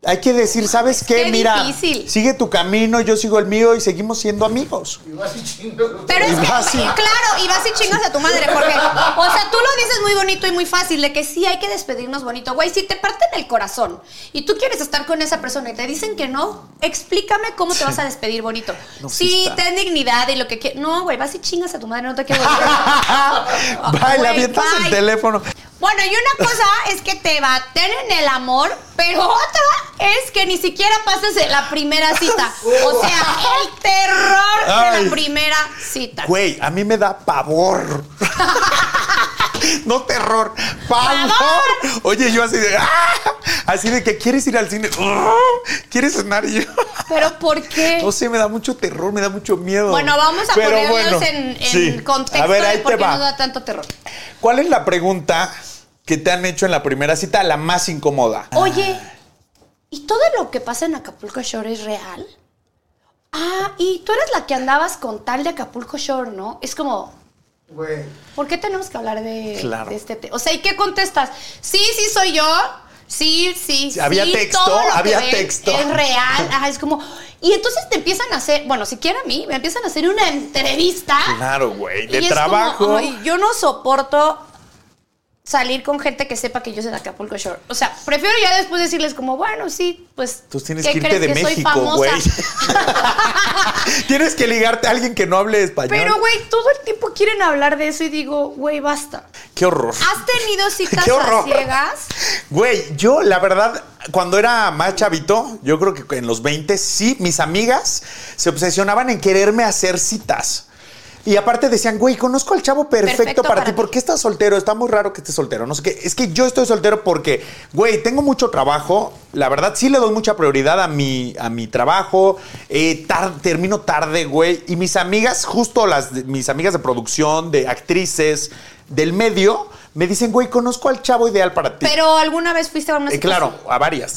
[SPEAKER 2] Hay que decir, ¿sabes qué?
[SPEAKER 1] qué
[SPEAKER 2] Mira,
[SPEAKER 1] difícil.
[SPEAKER 2] sigue tu camino, yo sigo el mío y seguimos siendo amigos.
[SPEAKER 6] Y vas y chingo.
[SPEAKER 1] Pero
[SPEAKER 2] Y
[SPEAKER 1] es que,
[SPEAKER 2] vas y-
[SPEAKER 1] claro, y vas y chingas a tu madre, porque, o sea, tú lo dices muy bonito y muy fácil, de que sí hay que despedirnos bonito. Güey, si te parten el corazón y tú quieres estar con esa persona y te dicen que no, explícame cómo te vas a despedir bonito.
[SPEAKER 2] No, sí
[SPEAKER 1] sí,
[SPEAKER 2] está.
[SPEAKER 1] ten dignidad y lo que quieras. No, güey, vas y chingas a tu madre, no te quiero volver. Ah,
[SPEAKER 2] Baila,
[SPEAKER 1] güey,
[SPEAKER 2] avientas el
[SPEAKER 1] bye.
[SPEAKER 2] teléfono.
[SPEAKER 1] Bueno, y una cosa es que te baten en el amor, pero otra es que ni siquiera pasas en la primera cita. O sea, el terror de
[SPEAKER 2] Ay.
[SPEAKER 1] la primera cita.
[SPEAKER 2] Güey, a mí me da pavor. no terror, pavor.
[SPEAKER 1] Pavor.
[SPEAKER 2] Oye, yo así de, ¡ah! así de que quieres ir al cine, quieres cenar y yo.
[SPEAKER 1] Pero ¿por qué?
[SPEAKER 2] No sé, me da mucho terror, me da mucho miedo.
[SPEAKER 1] Eh. bueno, vamos a
[SPEAKER 2] Pero bueno,
[SPEAKER 1] ponernos en, en
[SPEAKER 2] sí.
[SPEAKER 1] contexto
[SPEAKER 2] A ver,
[SPEAKER 1] de
[SPEAKER 2] ahí
[SPEAKER 1] por
[SPEAKER 2] te
[SPEAKER 1] qué
[SPEAKER 2] va.
[SPEAKER 1] nos da tanto terror.
[SPEAKER 2] ¿Cuál es la pregunta que te han hecho en la primera cita, la más incómoda?
[SPEAKER 1] Oye, ¿y todo lo que pasa en Acapulco Shore es real? Ah, y tú eres la que andabas con tal de Acapulco Shore, ¿no? Es como,
[SPEAKER 6] Güey.
[SPEAKER 1] ¿por qué tenemos que hablar de,
[SPEAKER 2] Claro.
[SPEAKER 1] de este tema? O sea, ¿y qué contestas? Sí, sí, soy yo. Sí, sí, sí.
[SPEAKER 2] Había texto,
[SPEAKER 1] todo lo que
[SPEAKER 2] había
[SPEAKER 1] ven
[SPEAKER 2] texto.
[SPEAKER 1] Es real. Ajá, es como. Y entonces te empiezan a hacer, bueno, siquiera a mí, me empiezan a hacer una entrevista.
[SPEAKER 2] Claro, güey,
[SPEAKER 1] Y
[SPEAKER 2] de
[SPEAKER 1] es
[SPEAKER 2] trabajo.
[SPEAKER 1] como, "Ay, yo no soporto salir con gente que sepa que yo soy de Acapulco Shore. O sea, prefiero ya después decirles como, bueno, sí, pues.
[SPEAKER 2] Tú tienes
[SPEAKER 1] ¿qué
[SPEAKER 2] que irte
[SPEAKER 1] crees?
[SPEAKER 2] de
[SPEAKER 1] Que soy
[SPEAKER 2] México,
[SPEAKER 1] famosa".
[SPEAKER 2] güey. tienes que ligarte a alguien que no hable español.
[SPEAKER 1] Pero, güey, todo el tiempo quieren hablar de eso y digo, güey, basta.
[SPEAKER 2] Qué horror.
[SPEAKER 1] ¿Has tenido citas
[SPEAKER 2] Qué horror.
[SPEAKER 1] a ciegas?
[SPEAKER 2] Güey, yo la verdad, cuando era más chavito, yo creo que en los 20, sí, mis amigas se obsesionaban en quererme hacer citas. Y aparte decían, güey, conozco al chavo perfecto,
[SPEAKER 1] Perfecto
[SPEAKER 2] para,
[SPEAKER 1] para
[SPEAKER 2] ti.
[SPEAKER 1] ti.
[SPEAKER 2] ¿Por qué estás soltero? Está muy raro que estés soltero. No sé qué. Es que yo estoy soltero porque, güey, tengo mucho trabajo. La verdad, sí le doy mucha prioridad a mi, a mi trabajo. Eh, tar- termino tarde, güey. Y mis amigas, justo las de- mis amigas de producción, de actrices, del medio, me dicen, güey, conozco al chavo ideal para ti.
[SPEAKER 1] Pero alguna vez fuiste a una
[SPEAKER 2] Eh,
[SPEAKER 1] cita.
[SPEAKER 2] claro, a varias.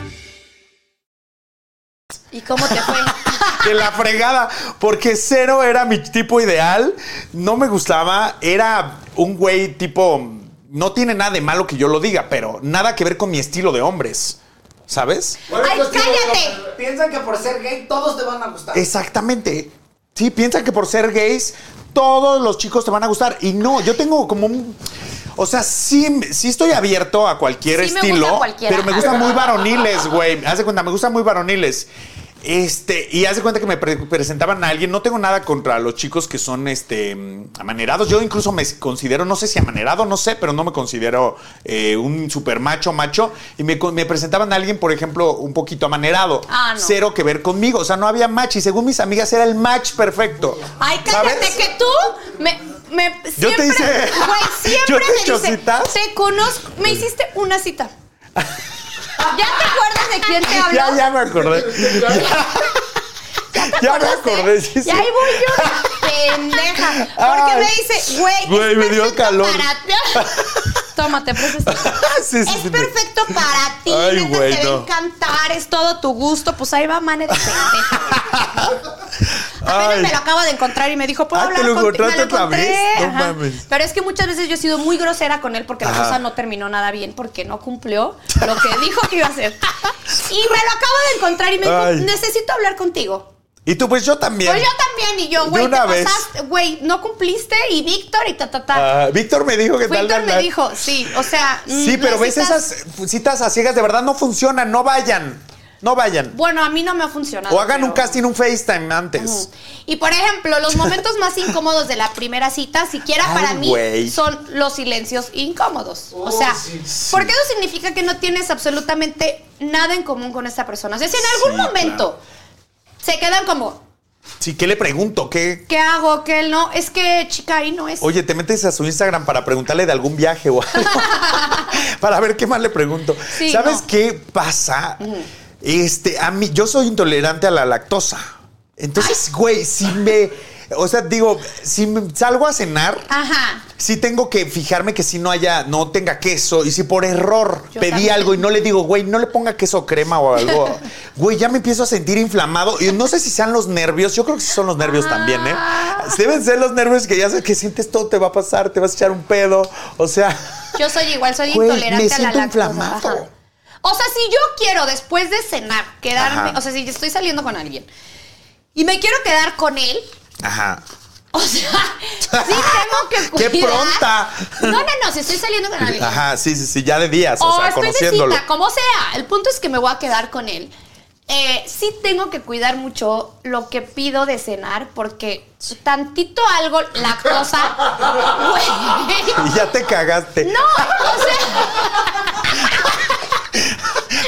[SPEAKER 1] ¿Y cómo te fue?
[SPEAKER 2] de la fregada, porque Cero era mi tipo ideal, no me gustaba, era un güey tipo, no tiene nada de malo que yo lo diga, pero nada que ver con mi estilo de hombres, ¿sabes?
[SPEAKER 1] ¡Ay, cállate!
[SPEAKER 6] Piensa que por ser gay todos te van a gustar.
[SPEAKER 2] Exactamente. Sí, piensa que por ser gays todos los chicos te van a gustar y no, yo tengo como un... O sea, sí, sí estoy abierto a cualquier
[SPEAKER 1] Sí me gusta
[SPEAKER 2] estilo,
[SPEAKER 1] cualquiera.
[SPEAKER 2] pero me gustan muy varoniles, güey. Haz de cuenta, me gustan muy varoniles. Este, y hace cuenta que me pre- presentaban a alguien, no tengo nada contra los chicos que son este mm, amanerados. Yo incluso me considero, no sé si amanerado, no sé, pero no me considero eh, un super macho macho. Y me, con- me presentaban a alguien, por ejemplo, un poquito amanerado.
[SPEAKER 1] Ah, no.
[SPEAKER 2] Cero que ver conmigo. O sea, no había match. Y según mis amigas era el match perfecto.
[SPEAKER 1] Ay, cállate,
[SPEAKER 2] ¿Sabes?
[SPEAKER 1] que tú me. me
[SPEAKER 2] Yo te
[SPEAKER 1] siempre,
[SPEAKER 2] hice-
[SPEAKER 1] Güey, siempre
[SPEAKER 2] yo te he
[SPEAKER 1] me
[SPEAKER 2] hecho
[SPEAKER 1] dice,
[SPEAKER 2] citas.
[SPEAKER 1] Te conozco. Me hiciste una cita. ¿Ya te acuerdas de quién te habló?
[SPEAKER 2] Ya, ya me acordé. ya me acordé. sí, sí.
[SPEAKER 1] ¿Eh? Y ahí voy yo, pendeja. Porque
[SPEAKER 2] Ay.
[SPEAKER 1] me dice, güey,
[SPEAKER 2] Güey,
[SPEAKER 1] es
[SPEAKER 2] me dio
[SPEAKER 1] perfecto
[SPEAKER 2] calor.
[SPEAKER 1] para ti. Tómate, pues esto.
[SPEAKER 2] Sí, sí,
[SPEAKER 1] es
[SPEAKER 2] sí.
[SPEAKER 1] perfecto para ti.
[SPEAKER 2] Ay,
[SPEAKER 1] neta,
[SPEAKER 2] güey,
[SPEAKER 1] te va a
[SPEAKER 2] no.
[SPEAKER 1] encantar, es todo tu gusto. Pues ahí va, man, eres pendeja. Apenas
[SPEAKER 2] Ay.
[SPEAKER 1] me lo acabo de encontrar y me dijo, ¿puedo
[SPEAKER 2] Ah,
[SPEAKER 1] hablar
[SPEAKER 2] ¿te lo
[SPEAKER 1] contigo?
[SPEAKER 2] encontraste
[SPEAKER 1] Me lo
[SPEAKER 2] otra vez?
[SPEAKER 1] encontré,
[SPEAKER 2] No
[SPEAKER 1] ajá.
[SPEAKER 2] mames.
[SPEAKER 1] Pero es que muchas veces yo he sido muy grosera con él porque la
[SPEAKER 2] Ajá.
[SPEAKER 1] cosa no terminó nada bien porque no cumplió lo que dijo que iba a hacer. Y me lo acabo de encontrar y me
[SPEAKER 2] Ay.
[SPEAKER 1] dijo, necesito hablar contigo.
[SPEAKER 2] Y tú, pues yo también.
[SPEAKER 1] Pues yo también, y yo,
[SPEAKER 2] De
[SPEAKER 1] güey, te
[SPEAKER 2] una vez.
[SPEAKER 1] pasaste, güey, no cumpliste, y Víctor, y ta, ta, ta.
[SPEAKER 2] Ah, Víctor me dijo que tal
[SPEAKER 1] Víctor me
[SPEAKER 2] tal.
[SPEAKER 1] dijo, sí, o sea. mm,
[SPEAKER 2] Sí, pero ves
[SPEAKER 1] necesitas-
[SPEAKER 2] esas citas a ciegas de verdad no funcionan, no vayan. No vayan.
[SPEAKER 1] Bueno, a mí no me ha funcionado.
[SPEAKER 2] o hagan un
[SPEAKER 1] pero-
[SPEAKER 2] casting, un FaceTime antes.
[SPEAKER 1] Y por ejemplo, los momentos más incómodos de la primera cita, siquiera
[SPEAKER 2] Ay,
[SPEAKER 1] para mí,
[SPEAKER 2] güey.
[SPEAKER 1] son los silencios incómodos. o
[SPEAKER 6] Oh,
[SPEAKER 1] sea,
[SPEAKER 6] sí,
[SPEAKER 1] porque eso significa que no tienes absolutamente nada en común con esta persona. O sea, si en algún
[SPEAKER 2] Sí,
[SPEAKER 1] momento se quedan como,
[SPEAKER 2] Sí, ¿qué le pregunto? ¿Qué?
[SPEAKER 1] ¿qué hago? ¿Qué él no? Es que chica ahí no es.
[SPEAKER 2] Oye, te metes a su Instagram para preguntarle de algún viaje o algo. para ver qué más le pregunto.
[SPEAKER 1] Sí,
[SPEAKER 2] ¿Sabes
[SPEAKER 1] no.
[SPEAKER 2] qué pasa? Este, a mí, yo soy intolerante a la lactosa. Entonces, güey, si me. O sea, digo, si me- salgo a cenar,
[SPEAKER 1] Ajá.
[SPEAKER 2] sí tengo que fijarme que si no haya, no tenga queso. Y si por error
[SPEAKER 1] Yo
[SPEAKER 2] pedí
[SPEAKER 1] también.
[SPEAKER 2] algo y no le digo, güey, no le ponga queso crema o algo, güey, ya me empiezo a sentir inflamado. Y no sé si sean los nervios. Yo creo que sí son los nervios también, ¿eh?
[SPEAKER 1] Ah.
[SPEAKER 2] Deben ser los nervios que ya sabes que sientes todo, te va a pasar, te vas a echar un pedo. O sea,
[SPEAKER 1] Yo soy igual, soy
[SPEAKER 2] Güey, me
[SPEAKER 1] intolerante a la
[SPEAKER 2] siento
[SPEAKER 1] lactosa.
[SPEAKER 2] inflamado.
[SPEAKER 1] Ajá. O sea, si yo quiero después de cenar quedarme,
[SPEAKER 2] Ajá.
[SPEAKER 1] o sea, si estoy saliendo con alguien y me quiero quedar con él,
[SPEAKER 2] ajá.
[SPEAKER 1] o sea, sí tengo que
[SPEAKER 2] ¡Qué
[SPEAKER 1] cuidar.
[SPEAKER 2] pronta!
[SPEAKER 1] No, no, no, si estoy saliendo con alguien.
[SPEAKER 2] Ajá, sí, sí, sí, ya de días,
[SPEAKER 1] O,
[SPEAKER 2] o, sea,
[SPEAKER 1] Oh, estoy de
[SPEAKER 2] conociéndolo.
[SPEAKER 1] cita, como sea. El punto es que me voy a quedar con él. Eh, sí tengo que cuidar mucho lo que pido de cenar porque tantito algo lactosa. güey.
[SPEAKER 2] Y ya te cagaste.
[SPEAKER 1] No, o sea.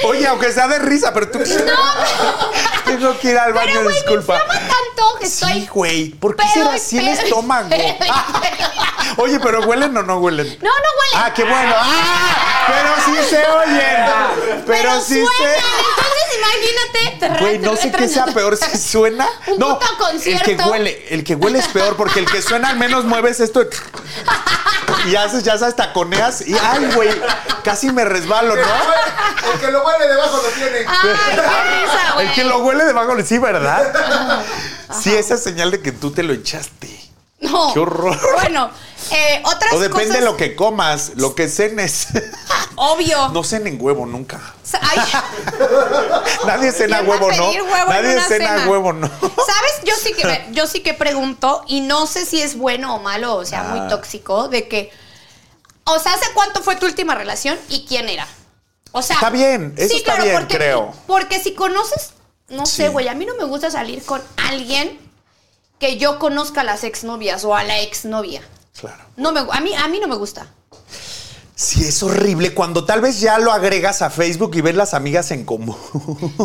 [SPEAKER 2] Oye, aunque sea de risa, pero tú. Tengo que ir al baño,
[SPEAKER 1] Pero, güey,
[SPEAKER 2] disculpa.
[SPEAKER 1] me inflama tanto que
[SPEAKER 2] Sí,
[SPEAKER 1] estoy...
[SPEAKER 2] güey. ¿Por qué
[SPEAKER 1] pedo
[SPEAKER 2] será
[SPEAKER 1] y
[SPEAKER 2] así el
[SPEAKER 1] pedo y
[SPEAKER 2] estómago?
[SPEAKER 1] pedo y
[SPEAKER 2] Ah.
[SPEAKER 1] pedo.
[SPEAKER 2] Oye, pero huelen o no huelen.
[SPEAKER 1] No, no huele.
[SPEAKER 2] Ah, qué bueno. Ah, pero sí se oyen. Pero, sí
[SPEAKER 1] suena.
[SPEAKER 2] se.
[SPEAKER 1] Entonces imagínate.
[SPEAKER 2] Güey, no sé qué sea peor si suena.
[SPEAKER 1] Un
[SPEAKER 2] no,
[SPEAKER 1] puto concierto.
[SPEAKER 2] el que huele, el que huele es peor porque el que suena al menos mueves esto y haces, ya sabes, taconeas y ay, güey, casi me resbalo, ¿no?
[SPEAKER 6] El que lo huele debajo lo tiene.
[SPEAKER 1] Ay, Ah, qué risa, güey.
[SPEAKER 2] El que lo huele debajo, sí, ¿verdad? Sí, esa es señal de que tú te lo echaste.
[SPEAKER 1] No.
[SPEAKER 2] qué horror.
[SPEAKER 1] Bueno, eh, otras
[SPEAKER 2] O depende
[SPEAKER 1] cosas... ah,
[SPEAKER 2] de lo que comas, lo que cenes.
[SPEAKER 1] Obvio.
[SPEAKER 2] No cenen huevo nunca.
[SPEAKER 1] Sa- Ay,
[SPEAKER 2] Nadie cena
[SPEAKER 1] ¿quién va a
[SPEAKER 2] huevo, ¿no?
[SPEAKER 1] pedir huevo en
[SPEAKER 2] Nadie
[SPEAKER 1] una
[SPEAKER 2] cena
[SPEAKER 1] cena?
[SPEAKER 2] huevo, ¿no?
[SPEAKER 1] ¿Sabes? Yo sí que yo sí que pregunto y no sé si es bueno o malo, o sea,
[SPEAKER 2] Ah.
[SPEAKER 1] muy tóxico, de que, o sea, ¿hace cuánto fue tu última relación y quién era? O sea,
[SPEAKER 2] Está bien, eso está bien,
[SPEAKER 1] porque,
[SPEAKER 2] creo.
[SPEAKER 1] Porque si conoces, no sé,
[SPEAKER 2] Sí.
[SPEAKER 1] güey, a mí no me gusta salir con alguien que yo conozca a las exnovias o a la exnovia.
[SPEAKER 2] Claro.
[SPEAKER 1] No me, a mí a mí no me gusta.
[SPEAKER 2] Sí, es horrible cuando tal vez ya lo agregas a Facebook y ves las amigas en común.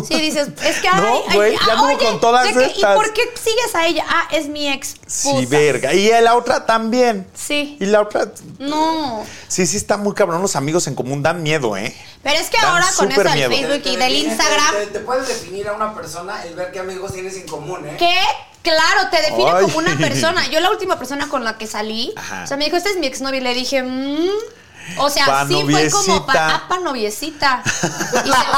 [SPEAKER 1] Sí, dices, es que
[SPEAKER 2] No,
[SPEAKER 1] ay, ay,
[SPEAKER 2] güey, ya
[SPEAKER 1] ah,
[SPEAKER 2] anduvo
[SPEAKER 1] oye,
[SPEAKER 2] con todas
[SPEAKER 1] ¿de qué-
[SPEAKER 2] estas.
[SPEAKER 1] ¿Y por qué sigues a ella? Ah, es mi ex.
[SPEAKER 2] Sí,
[SPEAKER 1] Puta.
[SPEAKER 2] verga. Y la otra también.
[SPEAKER 1] Sí.
[SPEAKER 2] Y la otra.
[SPEAKER 1] No.
[SPEAKER 2] Sí, sí, está muy cabrón. Los amigos en común dan miedo, ¿eh?
[SPEAKER 1] Pero es que
[SPEAKER 2] Dan
[SPEAKER 1] ahora con eso
[SPEAKER 2] súper
[SPEAKER 1] del
[SPEAKER 2] miedo.
[SPEAKER 1] Facebook y del
[SPEAKER 6] define-
[SPEAKER 1] Instagram,
[SPEAKER 6] Te, te puede definir a una persona el ver qué amigos tienes en común, ¿eh?
[SPEAKER 1] que claro, te define
[SPEAKER 2] Ay.
[SPEAKER 1] como una persona. Yo la última persona con la que salí,
[SPEAKER 2] Ajá.
[SPEAKER 1] o sea, me dijo, este es mi exnovio. Y le dije, mmm. O sea,
[SPEAKER 2] Pa'
[SPEAKER 1] sí fue como
[SPEAKER 2] noviecita.
[SPEAKER 1] pa, apa noviecita. Y se- claro,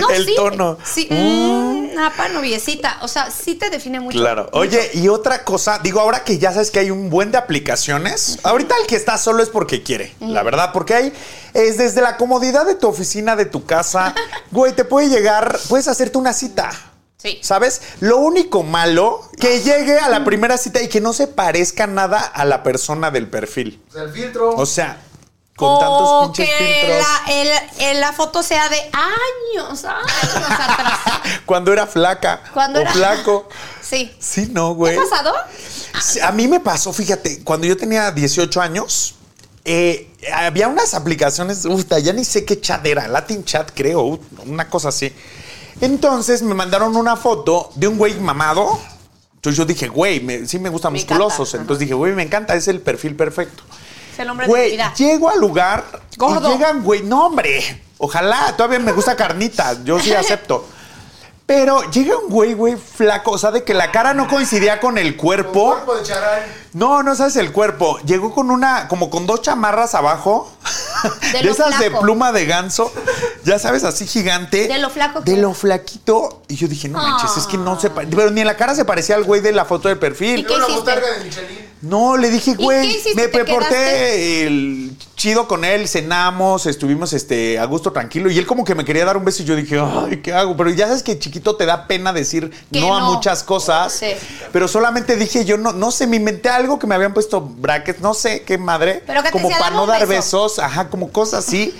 [SPEAKER 1] no,
[SPEAKER 2] El
[SPEAKER 1] sí.
[SPEAKER 2] tono.
[SPEAKER 1] Sí, mm, apa noviecita. O sea, sí te define mucho.
[SPEAKER 2] Claro. Oye, y otra cosa, digo, ahora que ya sabes que hay un buen de aplicaciones, ahorita el que está solo es porque quiere, la verdad, porque hay, es desde la comodidad de tu oficina, de tu casa, güey, te puede llegar, puedes hacerte una cita.
[SPEAKER 1] Sí. Ah.
[SPEAKER 2] ¿Sabes? Lo único malo, que llegue a la primera cita y que no se parezca nada a la persona del perfil.
[SPEAKER 6] O sea, el filtro.
[SPEAKER 2] O sea, con
[SPEAKER 1] o
[SPEAKER 2] tantos pinches
[SPEAKER 1] Oh. que
[SPEAKER 2] filtros.
[SPEAKER 1] La, el- el- la foto sea de años, años atrás.
[SPEAKER 2] Cuando era flaca
[SPEAKER 1] Cuando
[SPEAKER 2] o
[SPEAKER 1] era-
[SPEAKER 2] flaco.
[SPEAKER 1] Sí.
[SPEAKER 2] Sí, no,
[SPEAKER 1] ¿Te
[SPEAKER 2] güey.
[SPEAKER 1] ha pasado?
[SPEAKER 2] Sí, A mí me pasó, fíjate, cuando yo tenía 18 años, eh, había unas aplicaciones, puta, ya ni sé qué chat era, Latin Chat creo, ut- una cosa así. Entonces me mandaron una foto de un güey mamado. Entonces yo dije, güey, me- sí me gustan
[SPEAKER 1] Me
[SPEAKER 2] musculosos.
[SPEAKER 1] encanta,
[SPEAKER 2] Entonces dije, güey, me encanta, es el perfil perfecto.
[SPEAKER 1] Es el hombre de mi
[SPEAKER 2] Güey,
[SPEAKER 1] vida.
[SPEAKER 2] llego al lugar
[SPEAKER 1] Gordo.
[SPEAKER 2] y llegan, güey, no, hombre. Ojalá, todavía me gusta carnita, yo sí acepto. Pero llega un güey, güey, flaco, o sea, de que la cara no coincidía con el
[SPEAKER 6] Con
[SPEAKER 2] cuerpo.
[SPEAKER 6] cuerpo de charal.
[SPEAKER 2] No, no sabes el cuerpo. Llegó con una, como con dos chamarras abajo.
[SPEAKER 1] De
[SPEAKER 2] De,
[SPEAKER 1] lo
[SPEAKER 2] esas de
[SPEAKER 1] flaco.
[SPEAKER 2] pluma de ganso. Ya sabes, así gigante.
[SPEAKER 1] De lo flaco que
[SPEAKER 2] De
[SPEAKER 1] era.
[SPEAKER 2] lo flaquito. Y yo dije, no manches, es que no se pare- Pero ni en la cara se parecía al güey de la foto del
[SPEAKER 1] ¿Y
[SPEAKER 2] perfil.
[SPEAKER 1] qué
[SPEAKER 6] Luego la
[SPEAKER 1] hiciste?
[SPEAKER 6] botarga de Michelin.
[SPEAKER 2] No, le dije,
[SPEAKER 1] qué
[SPEAKER 2] güey,
[SPEAKER 1] hiciste?
[SPEAKER 2] me
[SPEAKER 1] ¿Te
[SPEAKER 2] reporté
[SPEAKER 1] quedaste?
[SPEAKER 2] el chido con él, cenamos, estuvimos este, a gusto tranquilo y él como que me quería dar un beso y yo dije, ay, ¿qué hago? Pero ya sabes que chiquito te da pena decir
[SPEAKER 1] Que
[SPEAKER 2] no, a
[SPEAKER 1] no.
[SPEAKER 2] muchas cosas,
[SPEAKER 1] Sí.
[SPEAKER 2] pero solamente dije yo, no, no sé, me inventé algo que me habían puesto brackets, no sé qué madre,
[SPEAKER 1] Pero que te
[SPEAKER 2] como
[SPEAKER 1] decía,
[SPEAKER 2] para
[SPEAKER 1] "Dame
[SPEAKER 2] no
[SPEAKER 1] un
[SPEAKER 2] dar
[SPEAKER 1] beso".
[SPEAKER 2] besos, ajá, como cosas así,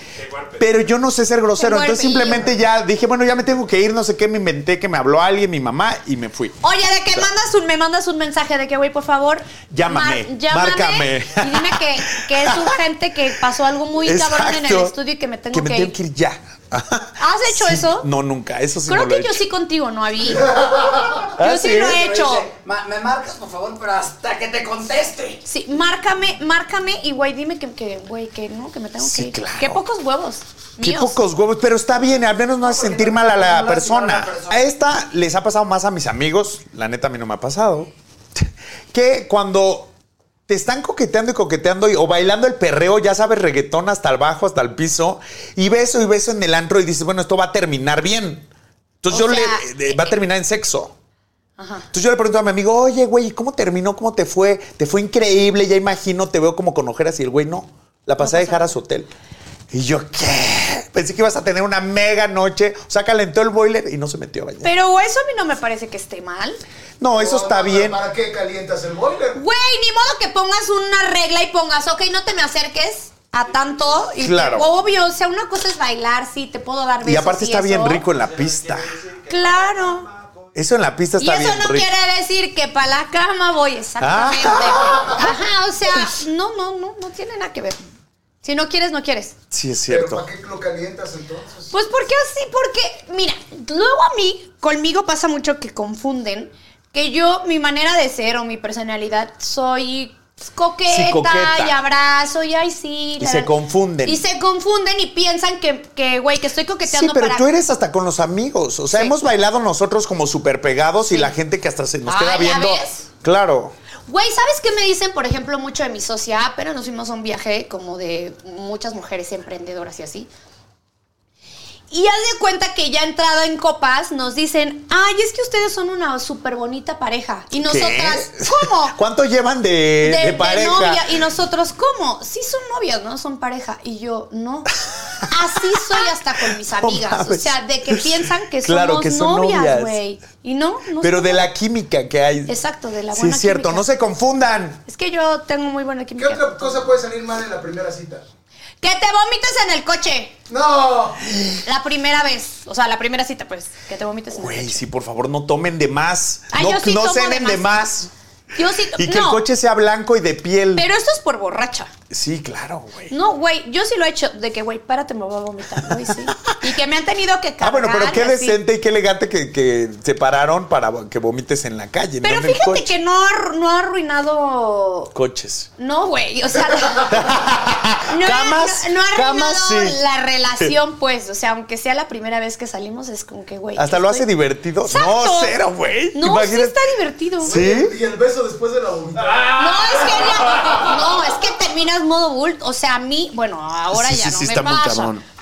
[SPEAKER 2] pero yo no sé ser grosero,
[SPEAKER 1] Qué
[SPEAKER 2] entonces
[SPEAKER 1] golpillo.
[SPEAKER 2] simplemente ya dije, bueno, ya me tengo que ir, no sé qué, me inventé que me habló alguien, mi mamá, y me fui.
[SPEAKER 1] Oye, de que mandas un, me mandas un mensaje de que, güey, por favor,
[SPEAKER 2] Llámame, márcame.
[SPEAKER 1] llámame y dime que, que es urgente, que pasó algo muy cabrón en el
[SPEAKER 2] Exacto.
[SPEAKER 1] estudio y que me tengo
[SPEAKER 2] que
[SPEAKER 1] que,
[SPEAKER 2] me
[SPEAKER 1] ir.
[SPEAKER 2] tengo que ir ya.
[SPEAKER 1] ¿Has hecho
[SPEAKER 2] Sí.
[SPEAKER 1] eso?
[SPEAKER 2] No, nunca. Eso sí
[SPEAKER 1] Creo
[SPEAKER 2] no lo
[SPEAKER 1] que
[SPEAKER 2] he
[SPEAKER 1] yo
[SPEAKER 2] hecho.
[SPEAKER 1] sí contigo, no había.
[SPEAKER 2] ¿Ah,
[SPEAKER 1] yo sí,
[SPEAKER 2] sí?
[SPEAKER 1] lo he
[SPEAKER 6] Pero
[SPEAKER 1] hecho.
[SPEAKER 6] dice, "Ma- me marcas, por favor, pero hasta que te conteste.
[SPEAKER 1] Sí, márcame, márcame y güey, dime que, que, güey, que no, que me tengo
[SPEAKER 2] Sí,
[SPEAKER 1] que ir.
[SPEAKER 2] claro.
[SPEAKER 1] Qué pocos huevos.
[SPEAKER 2] Qué
[SPEAKER 1] míos.
[SPEAKER 2] pocos huevos, pero está bien, al menos no hace sentir mal a la persona. A esta les ha pasado más a mis amigos, la neta a mí no me ha pasado, que cuando te están coqueteando y coqueteando y- o bailando el perreo, ya sabes, reggaetón hasta el bajo, hasta el piso, y beso y beso en el antro y dices, bueno, esto va a terminar bien. Entonces
[SPEAKER 1] O
[SPEAKER 2] yo
[SPEAKER 1] sea,
[SPEAKER 2] le, eh, va a terminar en sexo.
[SPEAKER 1] Ajá.
[SPEAKER 2] Entonces yo le pregunto a mi amigo, oye, güey, ¿cómo terminó? ¿Cómo te fue? Te fue increíble, ya imagino, te veo como con ojeras y el güey, no, la pasé a dejar a su hotel. Y yo, ¿qué? Pensé que ibas a tener una mega noche. O sea, calentó el boiler y no se metió a bañar.
[SPEAKER 1] Pero eso a mí no me parece que esté mal.
[SPEAKER 2] no, eso
[SPEAKER 6] No,
[SPEAKER 2] está
[SPEAKER 6] no, pero
[SPEAKER 2] bien.
[SPEAKER 6] ¿Para qué calientas el boiler?
[SPEAKER 1] Güey, ni modo que pongas una regla y pongas, ok, no te me acerques a tanto. Y te-
[SPEAKER 2] Claro.
[SPEAKER 1] obvio, o sea, una cosa es bailar, sí, te puedo dar besos.
[SPEAKER 2] Y aparte
[SPEAKER 1] y
[SPEAKER 2] está bien
[SPEAKER 1] eso.
[SPEAKER 2] rico en la pista.
[SPEAKER 1] Claro.
[SPEAKER 2] Eso en la pista
[SPEAKER 1] Y
[SPEAKER 2] está
[SPEAKER 1] eso
[SPEAKER 2] bien
[SPEAKER 1] no
[SPEAKER 2] rico.
[SPEAKER 1] quiere decir que para la cama voy exactamente.
[SPEAKER 2] Ah.
[SPEAKER 1] Ajá, o sea, no, no, no, no tiene nada que ver. Si no quieres, no quieres.
[SPEAKER 2] Sí, es
[SPEAKER 6] ¿Pero
[SPEAKER 2] cierto.
[SPEAKER 6] para qué lo calientas entonces?
[SPEAKER 1] Pues porque así, porque, mira, luego a mí, conmigo pasa mucho que confunden que yo, mi manera de ser o mi personalidad, soy coqueta,
[SPEAKER 2] Sí, coqueta.
[SPEAKER 1] y abrazo y ay sí.
[SPEAKER 2] Y se confunden.
[SPEAKER 1] Y se confunden y piensan que, que, güey, que estoy
[SPEAKER 2] Sí,
[SPEAKER 1] coqueteando
[SPEAKER 2] pero
[SPEAKER 1] para...
[SPEAKER 2] tú eres hasta con los amigos. O sea,
[SPEAKER 1] Sí.
[SPEAKER 2] hemos bailado nosotros como súper pegados y la gente que hasta se nos queda
[SPEAKER 1] Ah, ¿ya
[SPEAKER 2] viendo.
[SPEAKER 1] ves?
[SPEAKER 2] Claro.
[SPEAKER 1] Güey, ¿sabes qué me dicen, por ejemplo, mucho de mi socia? Apenas nos fuimos a un viaje como de muchas mujeres emprendedoras y así. Y haz de cuenta que ya entrada en copas nos dicen, ay, es que ustedes son una súper bonita pareja. Y
[SPEAKER 2] ¿Qué?
[SPEAKER 1] nosotras, ¿cómo?
[SPEAKER 2] ¿Cuánto llevan de,
[SPEAKER 1] De,
[SPEAKER 2] de
[SPEAKER 1] de
[SPEAKER 2] pareja?
[SPEAKER 1] novia. Y nosotros, ¿cómo? Sí son novias, ¿no? Son pareja. Y yo, no. Así soy hasta con mis
[SPEAKER 2] No
[SPEAKER 1] amigas. o
[SPEAKER 2] mames.
[SPEAKER 1] sea, de que piensan que somos
[SPEAKER 2] Claro que son novias.
[SPEAKER 1] novias, güey. Y no, no
[SPEAKER 2] Pero
[SPEAKER 1] somos.
[SPEAKER 2] de la química que hay.
[SPEAKER 1] Exacto, de la
[SPEAKER 2] Sí,
[SPEAKER 1] buena
[SPEAKER 2] es cierto,
[SPEAKER 1] química.
[SPEAKER 2] no se confundan.
[SPEAKER 1] Es que yo tengo muy buena
[SPEAKER 6] ¿Qué
[SPEAKER 1] química.
[SPEAKER 6] otra cosa puede salir mal en la primera cita?
[SPEAKER 1] Que te vomites en el coche.
[SPEAKER 6] ¡No!
[SPEAKER 1] La primera vez. O sea, la primera cita, pues. Que te vomites en el
[SPEAKER 2] Güey,
[SPEAKER 1] coche.
[SPEAKER 2] sí, por favor, no tomen de más.
[SPEAKER 1] Ay,
[SPEAKER 2] no
[SPEAKER 1] Ah, yo sí
[SPEAKER 2] no
[SPEAKER 1] tomo
[SPEAKER 2] cenen
[SPEAKER 1] de
[SPEAKER 2] de más.
[SPEAKER 1] Yo sí.
[SPEAKER 2] Y que
[SPEAKER 1] no,
[SPEAKER 2] el coche sea blanco y de piel.
[SPEAKER 1] Pero esto es por borracha.
[SPEAKER 2] Sí, claro, güey.
[SPEAKER 1] No, güey, yo sí lo he hecho. De que, güey, párate, me voy a vomitar, güey, sí. Y que me han tenido que cargar.
[SPEAKER 2] Ah, bueno, pero qué
[SPEAKER 1] y así.
[SPEAKER 2] decente y qué elegante que, que se pararon para que vomites en la calle.
[SPEAKER 1] Pero
[SPEAKER 2] no en el
[SPEAKER 1] fíjate
[SPEAKER 2] coche.
[SPEAKER 1] que no ha, no ha arruinado.
[SPEAKER 2] Coches.
[SPEAKER 1] No, güey, o sea, la- no, ha-
[SPEAKER 2] Camas,
[SPEAKER 1] no, no ha
[SPEAKER 2] camas,
[SPEAKER 1] arruinado
[SPEAKER 2] sí.
[SPEAKER 1] la relación, pues, o sea, aunque sea la primera vez que salimos, es como que, güey.
[SPEAKER 2] Hasta lo hace
[SPEAKER 1] estoy-
[SPEAKER 2] divertido.
[SPEAKER 1] Exacto.
[SPEAKER 2] No, cero, güey.
[SPEAKER 1] No, sí
[SPEAKER 2] Imagínate.
[SPEAKER 1] está divertido.
[SPEAKER 2] ¿Sí?
[SPEAKER 6] Y el beso después de la vomitada.
[SPEAKER 1] No, es que ya- no, es que terminas modo bull, o sea, a mí, bueno, ahora
[SPEAKER 2] Sí,
[SPEAKER 1] ya
[SPEAKER 2] sí,
[SPEAKER 1] no
[SPEAKER 2] sí,
[SPEAKER 1] me
[SPEAKER 2] está muy
[SPEAKER 1] pasa,
[SPEAKER 2] cabrón.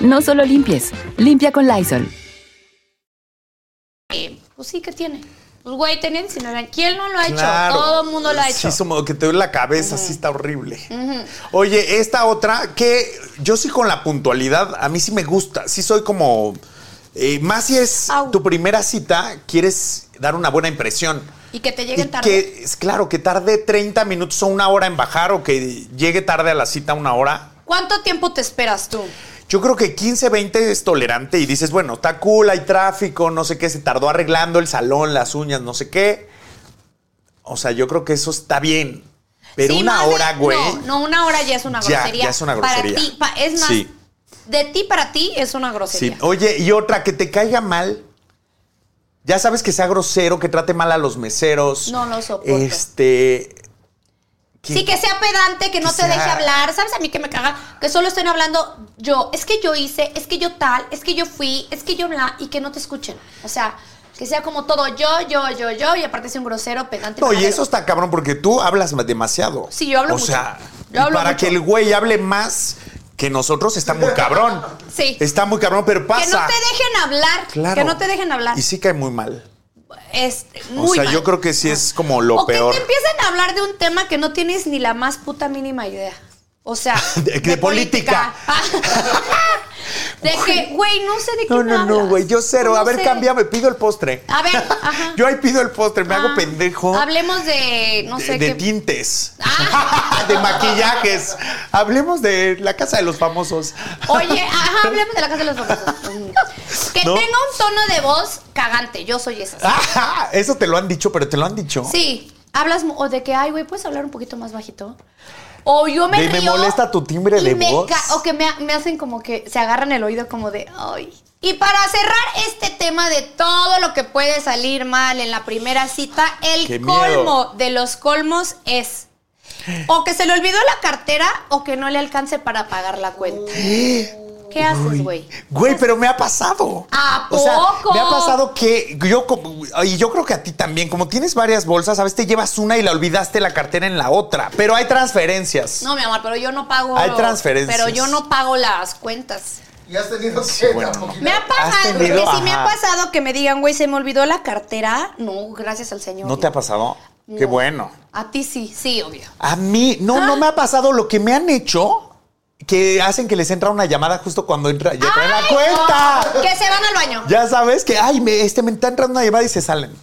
[SPEAKER 7] No solo limpies, limpia con Lysol.
[SPEAKER 1] eh, pues sí que tiene. Pues güey, tenían si no eran- ¿Quién no lo ha
[SPEAKER 2] Claro.
[SPEAKER 1] hecho? Todo el mundo lo ha hecho.
[SPEAKER 2] Sí, somos que te duele la cabeza, sí está horrible. Oye, esta otra, que yo sí con la puntualidad, a mí sí me gusta, sí soy como, eh, más si es
[SPEAKER 1] Au.
[SPEAKER 2] tu primera cita, quieres dar una buena impresión.
[SPEAKER 1] Y que te
[SPEAKER 2] Y
[SPEAKER 1] lleguen tarde.
[SPEAKER 2] que, es claro, que tarde 30 minutos o una hora en bajar o que llegue tarde a la cita una hora.
[SPEAKER 1] ¿Cuánto tiempo te esperas tú?
[SPEAKER 2] Yo creo que 15, 20 es tolerante y dices, bueno, está cool, hay tráfico, no sé qué, se tardó arreglando el salón, las uñas, no sé qué. O sea, yo creo que eso está bien. Pero
[SPEAKER 1] Sí,
[SPEAKER 2] una
[SPEAKER 1] más de-
[SPEAKER 2] hora, güey.
[SPEAKER 1] No, no, una hora ya es una
[SPEAKER 2] Ya,
[SPEAKER 1] grosería.
[SPEAKER 2] ya es una grosería.
[SPEAKER 1] Para ti, pa- es más,
[SPEAKER 2] Sí.
[SPEAKER 1] de ti para ti es una
[SPEAKER 2] Sí.
[SPEAKER 1] grosería.
[SPEAKER 2] Oye, y otra, que te caiga mal. Ya sabes que sea grosero, que trate mal a los meseros.
[SPEAKER 1] No lo soporto.
[SPEAKER 2] Este.
[SPEAKER 1] Sí, que sea pedante, que no
[SPEAKER 2] que
[SPEAKER 1] te
[SPEAKER 2] sea-
[SPEAKER 1] deje hablar. ¿Sabes a mí que me caga? Que solo estén hablando yo. Es que yo hice, es que yo tal, es que yo fui, es que yo bla, y que no te escuchen. O sea, que sea como todo yo, yo, yo, yo, y aparte sea un grosero, pedante.
[SPEAKER 2] No, y
[SPEAKER 1] majadero.
[SPEAKER 2] eso está cabrón porque tú hablas ma- demasiado.
[SPEAKER 1] Sí, yo hablo
[SPEAKER 2] O
[SPEAKER 1] mucho.
[SPEAKER 2] sea,
[SPEAKER 1] Yo
[SPEAKER 2] y
[SPEAKER 1] hablo
[SPEAKER 2] para
[SPEAKER 1] mucho.
[SPEAKER 2] que el güey hable más que nosotros está muy cabrón.
[SPEAKER 1] Sí.
[SPEAKER 2] Está muy cabrón, pero pasa.
[SPEAKER 1] Que no te dejen hablar.
[SPEAKER 2] Claro.
[SPEAKER 1] Que no te dejen hablar.
[SPEAKER 2] Y sí cae muy mal.
[SPEAKER 1] Es
[SPEAKER 2] o
[SPEAKER 1] muy
[SPEAKER 2] sea,
[SPEAKER 1] mal.
[SPEAKER 2] yo creo que sí es como lo
[SPEAKER 1] o
[SPEAKER 2] peor.
[SPEAKER 1] que te empiecen a hablar de un tema que no tienes ni la más puta mínima idea. O sea,
[SPEAKER 2] De- de política.
[SPEAKER 1] de que, güey, no sé de qué
[SPEAKER 2] No, no, no,
[SPEAKER 1] hablas.
[SPEAKER 2] güey, yo cero. a
[SPEAKER 1] No
[SPEAKER 2] ver,
[SPEAKER 1] sé.
[SPEAKER 2] cámbiame, pido el postre.
[SPEAKER 1] A ver, ajá.
[SPEAKER 2] Yo ahí pido el postre, me
[SPEAKER 1] Ah,
[SPEAKER 2] hago pendejo.
[SPEAKER 1] Hablemos de, no sé
[SPEAKER 2] de, de
[SPEAKER 1] qué.
[SPEAKER 2] tintes,
[SPEAKER 1] Ah.
[SPEAKER 2] de maquillajes. Hablemos de la casa de los famosos.
[SPEAKER 1] Oye, ajá, hablemos de la casa de los famosos. Que
[SPEAKER 2] ¿No?
[SPEAKER 1] tenga un tono de voz cagante. Yo soy esa.
[SPEAKER 2] Ajá, eso te lo han dicho, pero te lo han dicho.
[SPEAKER 1] Oh. Sí. Hablas mu- o de que, ay, güey, puedes hablar un poquito más bajito. O yo me
[SPEAKER 2] De, "Me
[SPEAKER 1] río
[SPEAKER 2] molesta tu timbre
[SPEAKER 1] y
[SPEAKER 2] de
[SPEAKER 1] me
[SPEAKER 2] voz".
[SPEAKER 1] ca- O que me, me hacen como que se agarran el oído como de, ay. Y para cerrar este tema de todo lo que puede salir mal en la primera cita, el
[SPEAKER 2] ¡Qué miedo!
[SPEAKER 1] colmo de los colmos es o que se le olvidó la cartera o que no le alcance para pagar la cuenta.
[SPEAKER 2] ¿Eh?
[SPEAKER 1] ¿Qué haces, güey?
[SPEAKER 2] Güey, pero me ha pasado.
[SPEAKER 1] ¿A
[SPEAKER 2] O sea,
[SPEAKER 1] poco?
[SPEAKER 2] me ha pasado que yo, como- y yo creo que a ti también, como tienes varias bolsas, a veces te llevas una y la olvidaste la cartera en la otra. Pero hay transferencias.
[SPEAKER 1] No, mi amor, pero yo no pago.
[SPEAKER 2] Hay transferencias.
[SPEAKER 1] Pero yo no pago las cuentas.
[SPEAKER 6] Y has tenido que
[SPEAKER 2] bueno.
[SPEAKER 6] tampoco-
[SPEAKER 1] Me ha pasado,
[SPEAKER 2] tenido?
[SPEAKER 1] porque sí me ha
[SPEAKER 2] Ajá.
[SPEAKER 1] pasado que me digan, güey, se me olvidó la cartera. No, gracias al Señor.
[SPEAKER 2] ¿No te ha pasado?
[SPEAKER 1] No. Ah.
[SPEAKER 2] Qué bueno.
[SPEAKER 1] A ti sí, sí, obvio.
[SPEAKER 2] A mí, no, no me ha pasado lo que me han hecho, que hacen que les entra una llamada justo cuando entra, ya traen la
[SPEAKER 1] ¡Ay,
[SPEAKER 2] cuenta.
[SPEAKER 1] no! Que se van al baño.
[SPEAKER 2] Ya sabes que, ay, me, este, me está entrando una llamada y se salen.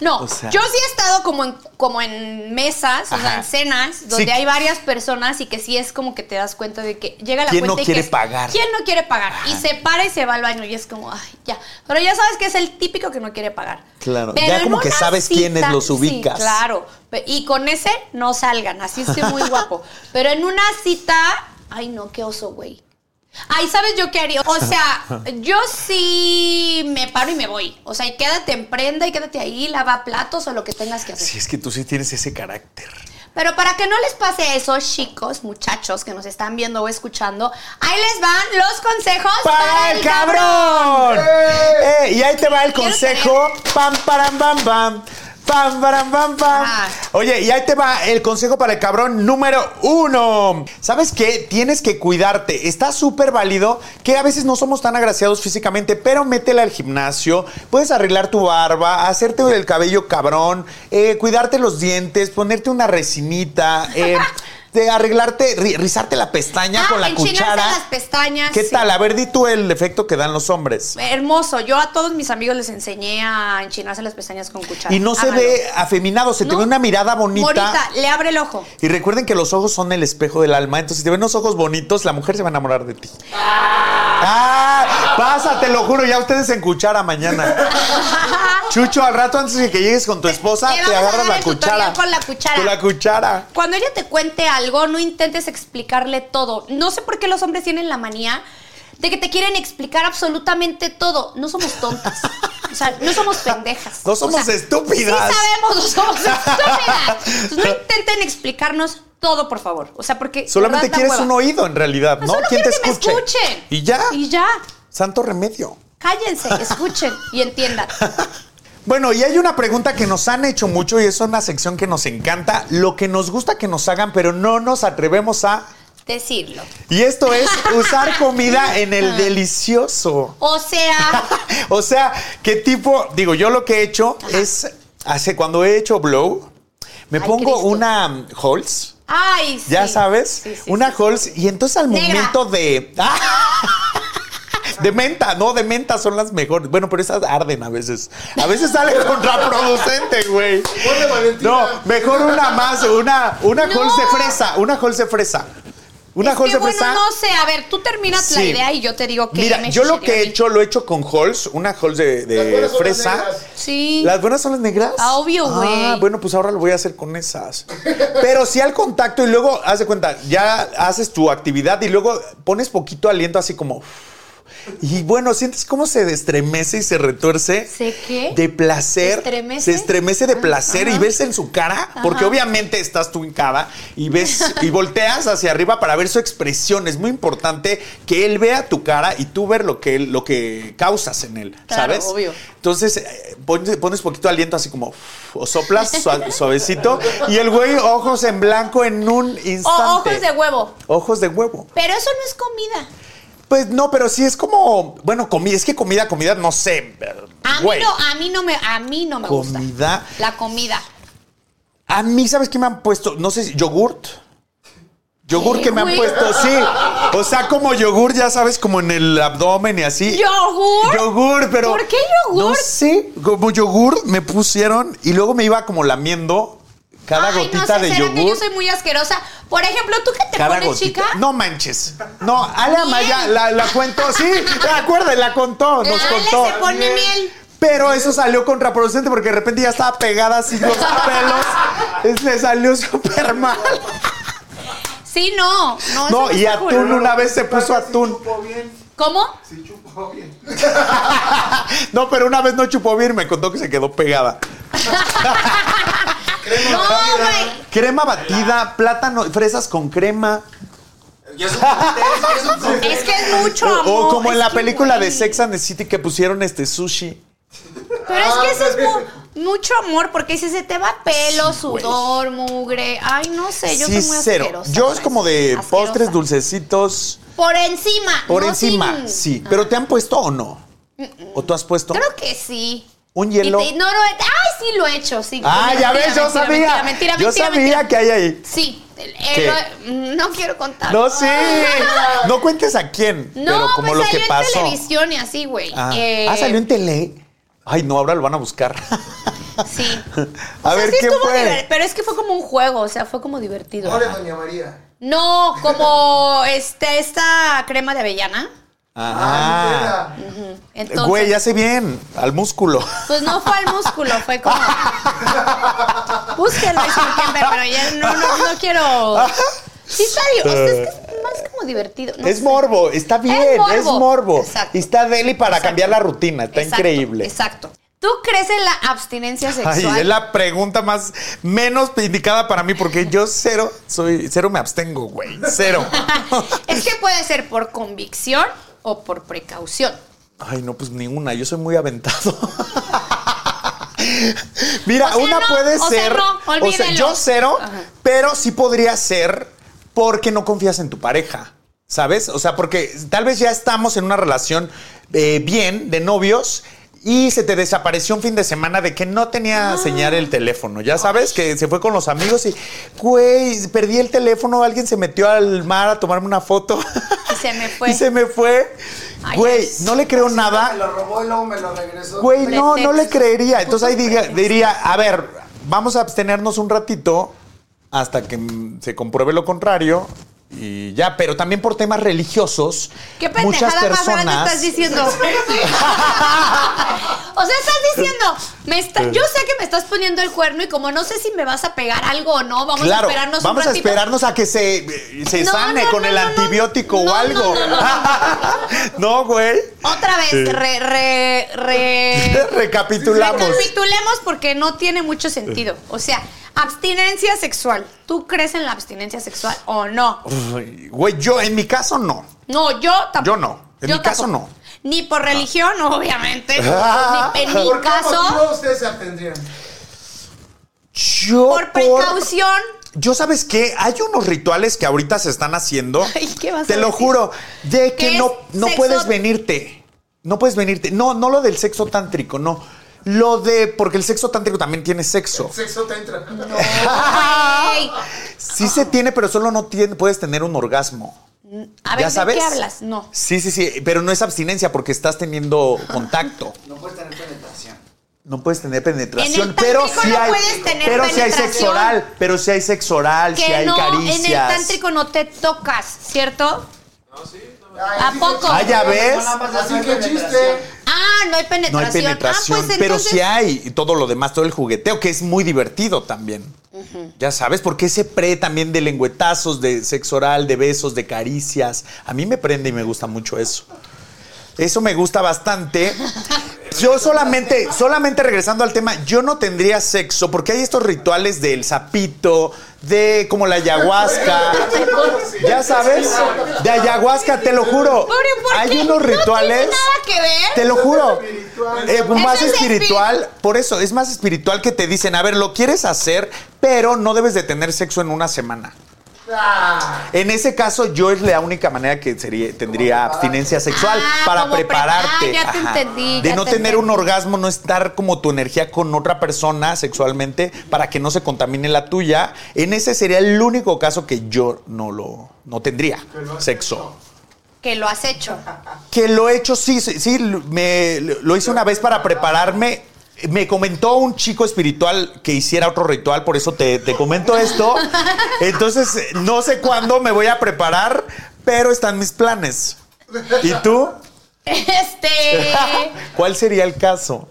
[SPEAKER 1] no,
[SPEAKER 2] o sea-
[SPEAKER 1] yo sí he estado como en, como en mesas, o sea,
[SPEAKER 2] Ajá.
[SPEAKER 1] en cenas, donde
[SPEAKER 2] Sí.
[SPEAKER 1] hay varias personas y que sí es como que te das cuenta de que llega la
[SPEAKER 2] ¿Quién
[SPEAKER 1] cuenta
[SPEAKER 2] no
[SPEAKER 1] y que
[SPEAKER 2] quiere
[SPEAKER 1] es-
[SPEAKER 2] pagar?
[SPEAKER 1] ¿Quién no quiere pagar? Y se para y se va al baño y es como, ay, ya. Pero ya sabes que es el típico que no quiere pagar.
[SPEAKER 2] Claro,
[SPEAKER 1] Pero
[SPEAKER 2] ya
[SPEAKER 1] en
[SPEAKER 2] como que
[SPEAKER 1] una
[SPEAKER 2] sabes quiénes los
[SPEAKER 1] sí,
[SPEAKER 2] ubicas.
[SPEAKER 1] claro. Pe- Y con ese no salgan, así esté muy guapo. Pero en una cita, ay no, qué oso, güey. Ay, ¿sabes yo qué haría? O sea, yo sí me paro y me voy. O sea, y quédate en prenda y quédate ahí, lava platos o lo que tengas que hacer.
[SPEAKER 2] Si es que tú sí tienes ese carácter.
[SPEAKER 1] Pero para que no les pase eso, chicos, muchachos que nos están viendo o escuchando, ahí les van los consejos
[SPEAKER 2] ¡Para el cabrón! Eh, y ahí te va el
[SPEAKER 1] Quiero
[SPEAKER 2] consejo. Pam, param, pam, pam. Pam, param, pam, pam.
[SPEAKER 1] Ah.
[SPEAKER 2] Oye, y ahí te va el consejo para el cabrón número uno. ¿Sabes qué? Tienes que cuidarte. Está súper válido que a veces no somos tan agraciados físicamente, pero métela al gimnasio. Puedes arreglar tu barba, hacerte el cabello cabrón, eh, cuidarte los dientes, ponerte una resinita, eh, de arreglarte, ri- rizarte la pestaña
[SPEAKER 1] Ah,
[SPEAKER 2] con la
[SPEAKER 1] enchinarse
[SPEAKER 2] cuchara.
[SPEAKER 1] las pestañas,
[SPEAKER 2] ¿Qué
[SPEAKER 1] sí.
[SPEAKER 2] tal? A ver, di tú el efecto que dan los hombres.
[SPEAKER 1] Hermoso. Yo a todos mis amigos les enseñé a enchinarse las pestañas con cuchara.
[SPEAKER 2] Y no se
[SPEAKER 1] Háganlo.
[SPEAKER 2] ve afeminado, se te
[SPEAKER 1] No.
[SPEAKER 2] ve una mirada bonita.
[SPEAKER 1] Morita, le abre el ojo.
[SPEAKER 2] Y recuerden que los ojos son el espejo del alma. Entonces, si te ven los ojos bonitos, la mujer se va a enamorar de ti. ¡Ah! Pásate, lo juro, ya ustedes en cuchara mañana. Chucho, al rato antes de que llegues con tu esposa,
[SPEAKER 1] te
[SPEAKER 2] te,
[SPEAKER 1] vamos a
[SPEAKER 2] agarras
[SPEAKER 1] dar
[SPEAKER 2] la
[SPEAKER 1] el tutorial
[SPEAKER 2] cuchara.
[SPEAKER 1] con la cuchara.
[SPEAKER 2] Con la cuchara.
[SPEAKER 1] Cuando ella te cuente algo, no intentes explicarle todo. No sé por qué los hombres tienen la manía de que te quieren explicar absolutamente todo. No somos tontas. O sea, no somos pendejas.
[SPEAKER 2] No somos
[SPEAKER 1] O sea,
[SPEAKER 2] estúpidas.
[SPEAKER 1] Sí sabemos, no somos estúpidas. Entonces, no intenten explicarnos todo, por favor. O sea, porque. de
[SPEAKER 2] Solamente
[SPEAKER 1] verdad da
[SPEAKER 2] quieres
[SPEAKER 1] hueva.
[SPEAKER 2] un oído, en realidad,
[SPEAKER 1] Ah,
[SPEAKER 2] ¿no?
[SPEAKER 1] solo
[SPEAKER 2] ¿Quién te
[SPEAKER 1] quiero que me
[SPEAKER 2] escuche?
[SPEAKER 1] escuchen.
[SPEAKER 2] Y ya.
[SPEAKER 1] Y ya.
[SPEAKER 2] Santo remedio.
[SPEAKER 1] Cállense, escuchen y entiendan.
[SPEAKER 2] Bueno, y hay una pregunta que nos han hecho mucho y es una sección que nos encanta, lo que nos gusta que nos hagan, pero no nos atrevemos a...
[SPEAKER 1] Decirlo.
[SPEAKER 2] Y esto es usar comida en el delicioso.
[SPEAKER 1] O sea,
[SPEAKER 2] O sea, ¿qué tipo? Digo, yo lo que he hecho es, hace, cuando he hecho blow, me
[SPEAKER 1] Ay,
[SPEAKER 2] pongo
[SPEAKER 1] Cristo.
[SPEAKER 2] una um, Halls,
[SPEAKER 1] ay, sí.
[SPEAKER 2] ya sabes,
[SPEAKER 1] Sí, sí,
[SPEAKER 2] una
[SPEAKER 1] sí.
[SPEAKER 2] Halls, y entonces al
[SPEAKER 1] Negra.
[SPEAKER 2] momento de... ¡Ah! De menta, no, de menta son las mejores. Bueno, pero esas arden a veces. A veces sale contraproducente, güey.
[SPEAKER 6] Ponle Valentina.
[SPEAKER 2] No, mejor una más, una, una
[SPEAKER 1] No.
[SPEAKER 2] Halls de fresa, una Halls de fresa. Una
[SPEAKER 1] Es
[SPEAKER 2] Halls
[SPEAKER 1] que,
[SPEAKER 2] de fresa.
[SPEAKER 1] bueno, no sé. A ver, tú terminas la
[SPEAKER 2] Sí.
[SPEAKER 1] idea y yo te digo que
[SPEAKER 2] Mira,
[SPEAKER 1] me
[SPEAKER 2] yo lo
[SPEAKER 1] chichiré
[SPEAKER 2] que
[SPEAKER 1] a
[SPEAKER 2] he
[SPEAKER 1] mí.
[SPEAKER 2] hecho lo he hecho con halls, una halls de, de
[SPEAKER 6] Las buenas son las
[SPEAKER 2] fresa.
[SPEAKER 6] negras.
[SPEAKER 1] Sí.
[SPEAKER 2] ¿Las buenas son las negras?
[SPEAKER 1] Ah, obvio,
[SPEAKER 2] Ah,
[SPEAKER 1] güey.
[SPEAKER 2] bueno, pues ahora lo voy a hacer con esas. Pero sí al contacto y luego, haz de cuenta, ya haces tu actividad y luego pones poquito aliento así como... Y bueno, sientes cómo se estremece y se retuerce.
[SPEAKER 1] ¿Se qué?
[SPEAKER 2] De placer.
[SPEAKER 1] ¿Se estremece? Ah,
[SPEAKER 2] Se estremece de placer y
[SPEAKER 1] ajá.
[SPEAKER 2] ves en su cara, porque obviamente estás tú hincada y ves y volteas hacia arriba para ver su expresión. Es muy importante que él vea tu cara y tú ver lo que él- lo que causas en él,
[SPEAKER 1] Claro,
[SPEAKER 2] ¿sabes?
[SPEAKER 1] obvio.
[SPEAKER 2] Entonces eh, pones, pones poquito aliento así como uf, o soplas sua- suavecito y el güey ojos en blanco en un instante.
[SPEAKER 1] O ojos de huevo.
[SPEAKER 2] Ojos de huevo.
[SPEAKER 1] Pero eso no es comida.
[SPEAKER 2] Pues no, pero sí es como, bueno, comida, es que comida, comida, no sé.
[SPEAKER 1] A mí,
[SPEAKER 2] güey.
[SPEAKER 1] no, a mí no me, a mí no me gusta.
[SPEAKER 2] Comida.
[SPEAKER 1] La comida.
[SPEAKER 2] A mí, ¿sabes qué me han puesto? No sé, si- yogurt. Yogur
[SPEAKER 1] ¿Qué,
[SPEAKER 2] que me han
[SPEAKER 1] güey?
[SPEAKER 2] puesto, sí. O sea, como yogur, ya sabes, como en el abdomen y así.
[SPEAKER 1] ¿Yogur?
[SPEAKER 2] Eh, Yogur, pero.
[SPEAKER 1] ¿Por qué yogur?
[SPEAKER 2] No sé. Como yogur me pusieron y luego me iba como lamiendo cada
[SPEAKER 1] Ay, no
[SPEAKER 2] gotita
[SPEAKER 1] sé,
[SPEAKER 2] de
[SPEAKER 1] ¿será que yo
[SPEAKER 2] yogur.
[SPEAKER 1] soy muy asquerosa? Por ejemplo, ¿tú qué te
[SPEAKER 2] Cada
[SPEAKER 1] pones,
[SPEAKER 2] gotita.
[SPEAKER 1] chica?
[SPEAKER 2] No manches. No, Ale
[SPEAKER 1] Miel.
[SPEAKER 2] Amaya la, la cuento, sí. La acuerda, la contó, nos
[SPEAKER 1] La Ale
[SPEAKER 2] contó.
[SPEAKER 1] se pone miel.
[SPEAKER 2] Pero eso salió contraproducente porque de repente ya estaba pegada así los pelos. Le salió súper mal.
[SPEAKER 1] Sí, no. No, eso
[SPEAKER 2] No, y
[SPEAKER 1] está
[SPEAKER 2] atún
[SPEAKER 1] cool.
[SPEAKER 2] una vez se puso atún.
[SPEAKER 6] Chupó bien,
[SPEAKER 1] ¿Cómo?
[SPEAKER 6] sí chupó bien.
[SPEAKER 2] No, pero una vez no chupó bien, me contó que se quedó pegada.
[SPEAKER 1] No, güey.
[SPEAKER 2] Crema batida, plátano, fresas con crema.
[SPEAKER 6] Yo soy un test, yo soy un test.
[SPEAKER 1] Es que es mucho amor.
[SPEAKER 2] O como en
[SPEAKER 1] Es
[SPEAKER 2] la
[SPEAKER 1] que,
[SPEAKER 2] película de
[SPEAKER 1] güey.
[SPEAKER 2] Sex and the City que pusieron este sushi.
[SPEAKER 1] Pero
[SPEAKER 2] Ah,
[SPEAKER 1] es que eso es mu- mucho amor, porque si se te va pelo,
[SPEAKER 2] pues, Sí, güey.
[SPEAKER 1] sudor, mugre. Ay, no sé, yo
[SPEAKER 2] sí,
[SPEAKER 1] soy muy
[SPEAKER 2] cero.
[SPEAKER 1] asquerosa
[SPEAKER 2] Yo
[SPEAKER 1] para
[SPEAKER 2] es como
[SPEAKER 1] eso.
[SPEAKER 2] de
[SPEAKER 1] Asquerosa.
[SPEAKER 2] postres, dulcecitos.
[SPEAKER 1] Por encima.
[SPEAKER 2] Por
[SPEAKER 1] no
[SPEAKER 2] encima,
[SPEAKER 1] sin-
[SPEAKER 2] sí. ¿Pero te han puesto o no? ¿O tú has puesto?
[SPEAKER 1] Creo que sí.
[SPEAKER 2] Un hielo.
[SPEAKER 1] Y te- no, no, ay, sí lo he hecho, sí.
[SPEAKER 2] ah, ya
[SPEAKER 1] Mentira,
[SPEAKER 2] ves, yo
[SPEAKER 1] mentira,
[SPEAKER 2] sabía.
[SPEAKER 1] Mentira, mentira,
[SPEAKER 2] yo
[SPEAKER 1] mentira,
[SPEAKER 2] sabía
[SPEAKER 1] mentira.
[SPEAKER 2] que hay ahí.
[SPEAKER 1] Sí. el- el-
[SPEAKER 2] ¿Qué?
[SPEAKER 1] lo- mm, no quiero contar.
[SPEAKER 2] No sé. No cuentes a quién,
[SPEAKER 1] No,
[SPEAKER 2] pero como
[SPEAKER 1] pues
[SPEAKER 2] lo
[SPEAKER 1] salió
[SPEAKER 2] que
[SPEAKER 1] en
[SPEAKER 2] pasó.
[SPEAKER 1] televisión y así, güey.
[SPEAKER 2] Ah.
[SPEAKER 1] Eh,
[SPEAKER 2] Ah, salió en tele. Ay, no, ahora lo van a buscar.
[SPEAKER 1] Sí.
[SPEAKER 2] A
[SPEAKER 1] O sea,
[SPEAKER 2] ver,
[SPEAKER 1] sí
[SPEAKER 2] ¿quién
[SPEAKER 1] estuvo
[SPEAKER 2] fue?
[SPEAKER 1] diver- Pero es que fue como un juego, o sea, fue como divertido.
[SPEAKER 6] Ahora Doña María.
[SPEAKER 1] No, como este, esta crema de avellana.
[SPEAKER 2] Ah,
[SPEAKER 6] Nutella.
[SPEAKER 1] Entonces,
[SPEAKER 2] güey, hace bien al músculo.
[SPEAKER 1] Pues no fue al músculo, fue como. Búsquenlo y se lo pueden ver, pero ya no, no, no quiero. Sí, salió. O sea, es que es más como divertido. no
[SPEAKER 2] es
[SPEAKER 1] sé.
[SPEAKER 2] morbo, está bien, es morbo.
[SPEAKER 1] morbo. Exacto.
[SPEAKER 2] Y está deli para
[SPEAKER 1] Exacto.
[SPEAKER 2] cambiar la rutina, está
[SPEAKER 1] Exacto,
[SPEAKER 2] increíble.
[SPEAKER 1] Exacto. ¿Tú crees en la abstinencia
[SPEAKER 2] Ay,
[SPEAKER 1] sexual?
[SPEAKER 2] es la pregunta más menos indicada para mí porque yo cero soy cero me abstengo, güey, cero.
[SPEAKER 1] Es que puede ser por convicción o por precaución.
[SPEAKER 2] Ay, no, pues ninguna. Yo soy muy aventado. Mira,
[SPEAKER 1] O sea,
[SPEAKER 2] una
[SPEAKER 1] no,
[SPEAKER 2] puede
[SPEAKER 1] o sea,
[SPEAKER 2] ser.
[SPEAKER 1] no, olvídelo.
[SPEAKER 2] yo cero,
[SPEAKER 1] Ajá.
[SPEAKER 2] pero sí podría ser porque no confías en tu pareja. ¿Sabes? O sea, porque tal vez ya estamos en una relación eh, bien de novios. Y se te desapareció un fin de semana de que no tenía
[SPEAKER 1] Ah.
[SPEAKER 2] señal el teléfono. Ya sabes que se fue con los amigos y, güey, perdí el teléfono, alguien se metió al mar a tomarme una foto.
[SPEAKER 1] Y se me fue.
[SPEAKER 2] Y se me fue.
[SPEAKER 1] Ay,
[SPEAKER 2] Güey,
[SPEAKER 1] es-
[SPEAKER 2] no le creo nada.
[SPEAKER 6] Me lo robó y luego me lo regresó.
[SPEAKER 2] Güey, no, no le
[SPEAKER 1] Pretexto.
[SPEAKER 2] creería. Entonces ahí
[SPEAKER 1] Puto
[SPEAKER 2] diga-
[SPEAKER 1] pretexto.
[SPEAKER 2] diría, a ver, vamos a abstenernos un ratito hasta que mm, se compruebe lo contrario y ya. Pero también por temas religiosos,
[SPEAKER 1] ¿Qué
[SPEAKER 2] muchas
[SPEAKER 1] pendejada más grande
[SPEAKER 2] personas...
[SPEAKER 1] estás diciendo? o sea, estás diciendo, me está- yo sé que me estás poniendo el cuerno y como no sé si me vas a pegar algo o no, vamos
[SPEAKER 2] claro,
[SPEAKER 1] a esperarnos
[SPEAKER 2] vamos
[SPEAKER 1] un
[SPEAKER 2] a
[SPEAKER 1] ratito.
[SPEAKER 2] esperarnos a que se, se
[SPEAKER 1] No,
[SPEAKER 2] sane
[SPEAKER 1] no,
[SPEAKER 2] con
[SPEAKER 1] no,
[SPEAKER 2] el
[SPEAKER 1] no, no.
[SPEAKER 2] antibiótico
[SPEAKER 1] No,
[SPEAKER 2] o
[SPEAKER 1] no,
[SPEAKER 2] algo.
[SPEAKER 1] no, no,
[SPEAKER 2] No, güey.
[SPEAKER 1] Otra vez,
[SPEAKER 2] Sí.
[SPEAKER 1] re, re, re-
[SPEAKER 2] Recapitulamos.
[SPEAKER 1] Recapitulemos porque no tiene mucho sentido. O sea, abstinencia sexual. ¿Tú crees en la abstinencia sexual o no?
[SPEAKER 2] Uy, Güey, yo, en mi caso, no.
[SPEAKER 1] No, yo tampoco.
[SPEAKER 2] Yo no. En mi caso,
[SPEAKER 1] tampoco.
[SPEAKER 2] no.
[SPEAKER 1] Ni por religión, obviamente.
[SPEAKER 2] Ah.
[SPEAKER 1] Ni- en
[SPEAKER 6] ¿Por
[SPEAKER 1] mi
[SPEAKER 6] qué
[SPEAKER 1] caso,
[SPEAKER 6] motivo ustedes se abstendrían?
[SPEAKER 2] Yo
[SPEAKER 1] por precaución.
[SPEAKER 2] Yo sabes qué, hay unos rituales que ahorita se están haciendo.
[SPEAKER 1] Ay, ¿qué vas a
[SPEAKER 2] Te lo
[SPEAKER 1] decir?
[SPEAKER 2] juro, de que
[SPEAKER 1] ¿Qué
[SPEAKER 2] no,
[SPEAKER 1] es
[SPEAKER 2] no
[SPEAKER 1] sexo?
[SPEAKER 2] puedes venirte. No puedes venirte. No, no lo del sexo tántrico, no. Lo de porque el sexo tántrico también tiene sexo.
[SPEAKER 6] Sexo te entra. No.
[SPEAKER 1] Ay,
[SPEAKER 2] Sí se tiene, pero solo no tiene- puedes tener un orgasmo.
[SPEAKER 1] a ver,
[SPEAKER 2] ¿Ya sabes?
[SPEAKER 1] ¿de qué hablas? No.
[SPEAKER 2] Sí, sí, sí, pero no es abstinencia porque estás teniendo contacto.
[SPEAKER 6] puedes tener penetración.
[SPEAKER 2] No puedes tener penetración,
[SPEAKER 1] En el
[SPEAKER 2] pero
[SPEAKER 1] tántrico
[SPEAKER 2] sí
[SPEAKER 1] no
[SPEAKER 2] hay
[SPEAKER 1] puedes tener
[SPEAKER 2] pero sí hay sexo
[SPEAKER 1] penetración.
[SPEAKER 2] oral, pero sí hay sexo oral, sí
[SPEAKER 1] Que
[SPEAKER 2] hay
[SPEAKER 1] no,
[SPEAKER 2] caricias.
[SPEAKER 1] en el tántrico no te tocas, ¿cierto? ¿A poco?
[SPEAKER 2] Ah, ya ves.
[SPEAKER 6] Así que chiste.
[SPEAKER 1] Ah, no hay penetración.
[SPEAKER 2] No hay penetración,
[SPEAKER 1] ah, pues
[SPEAKER 2] pero
[SPEAKER 1] entonces,
[SPEAKER 2] sí hay y todo lo demás, todo el jugueteo, que es muy divertido también. Ya sabes, porque ese pre también de lengüetazos, de sexo oral, de besos, de caricias, a mí me prende y me gusta mucho eso. Eso me gusta bastante. Yo solamente, solamente regresando al tema, yo no tendría sexo porque hay estos rituales del sapito, de como la ayahuasca. ya sabes, de ayahuasca, te lo juro.
[SPEAKER 1] Pobre, ¿por
[SPEAKER 2] Hay
[SPEAKER 1] qué?
[SPEAKER 2] unos
[SPEAKER 1] No tiene
[SPEAKER 2] rituales.
[SPEAKER 1] nada que ver.
[SPEAKER 2] Te lo juro. Eh, más
[SPEAKER 1] Eso es
[SPEAKER 2] espiritual, por eso, es más espiritual que te dicen, a ver, lo quieres hacer, pero no debes de tener sexo en una semana. En ese caso, yo es la única manera que sería, tendría abstinencia sexual
[SPEAKER 1] Ah,
[SPEAKER 2] para
[SPEAKER 1] como pre-
[SPEAKER 2] prepararte.
[SPEAKER 1] ah, ya te entendí,
[SPEAKER 2] De
[SPEAKER 1] ya
[SPEAKER 2] no
[SPEAKER 1] te
[SPEAKER 2] tener un
[SPEAKER 1] entendí.
[SPEAKER 2] orgasmo, no estar como tu energía con otra persona sexualmente para que no se contamine la tuya. En ese sería el único caso que yo no lo no tendría sexo.
[SPEAKER 1] Que lo has hecho.
[SPEAKER 2] Que lo he hecho, sí, sí, sí, me, lo hice una vez para prepararme. Me comentó un chico espiritual que hiciera otro ritual, por eso te, te comento esto. Entonces, eh, no sé cuándo me voy a preparar, pero están mis planes. ¿Y tú?
[SPEAKER 1] Este.
[SPEAKER 2] ¿Cuál sería el caso?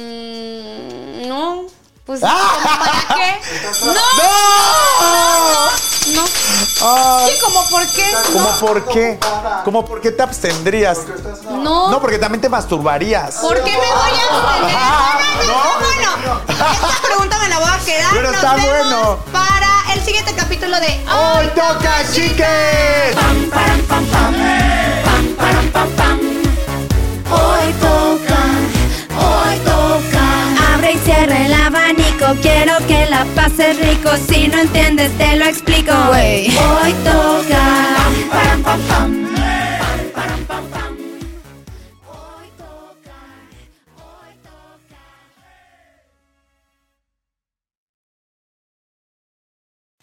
[SPEAKER 1] mm, no. Pues,
[SPEAKER 2] ¡Ah!
[SPEAKER 1] ¿para qué?
[SPEAKER 2] ¡No!
[SPEAKER 1] No, no.
[SPEAKER 2] Ah,
[SPEAKER 1] Sí, como por qué.
[SPEAKER 2] ¿Cómo por qué? ¿Cómo por qué te abstendrías?
[SPEAKER 1] No.
[SPEAKER 2] No, porque también te masturbarías.
[SPEAKER 1] ¿Por qué me voy a abstener?
[SPEAKER 2] Ah,
[SPEAKER 1] No, no, no, no, bueno. Esta pregunta me la voy a quedar.
[SPEAKER 2] Pero
[SPEAKER 1] Nos
[SPEAKER 2] está
[SPEAKER 1] vemos
[SPEAKER 2] bueno.
[SPEAKER 1] Para el siguiente capítulo de
[SPEAKER 2] ¡Hoy toca, chiques!
[SPEAKER 4] Hoy toca, hoy toca.
[SPEAKER 5] Abre y cierra el abanico, quiero que la pases rico. Si no entiendes, te lo explico. Hoy toca. Hoy toca, hoy toca.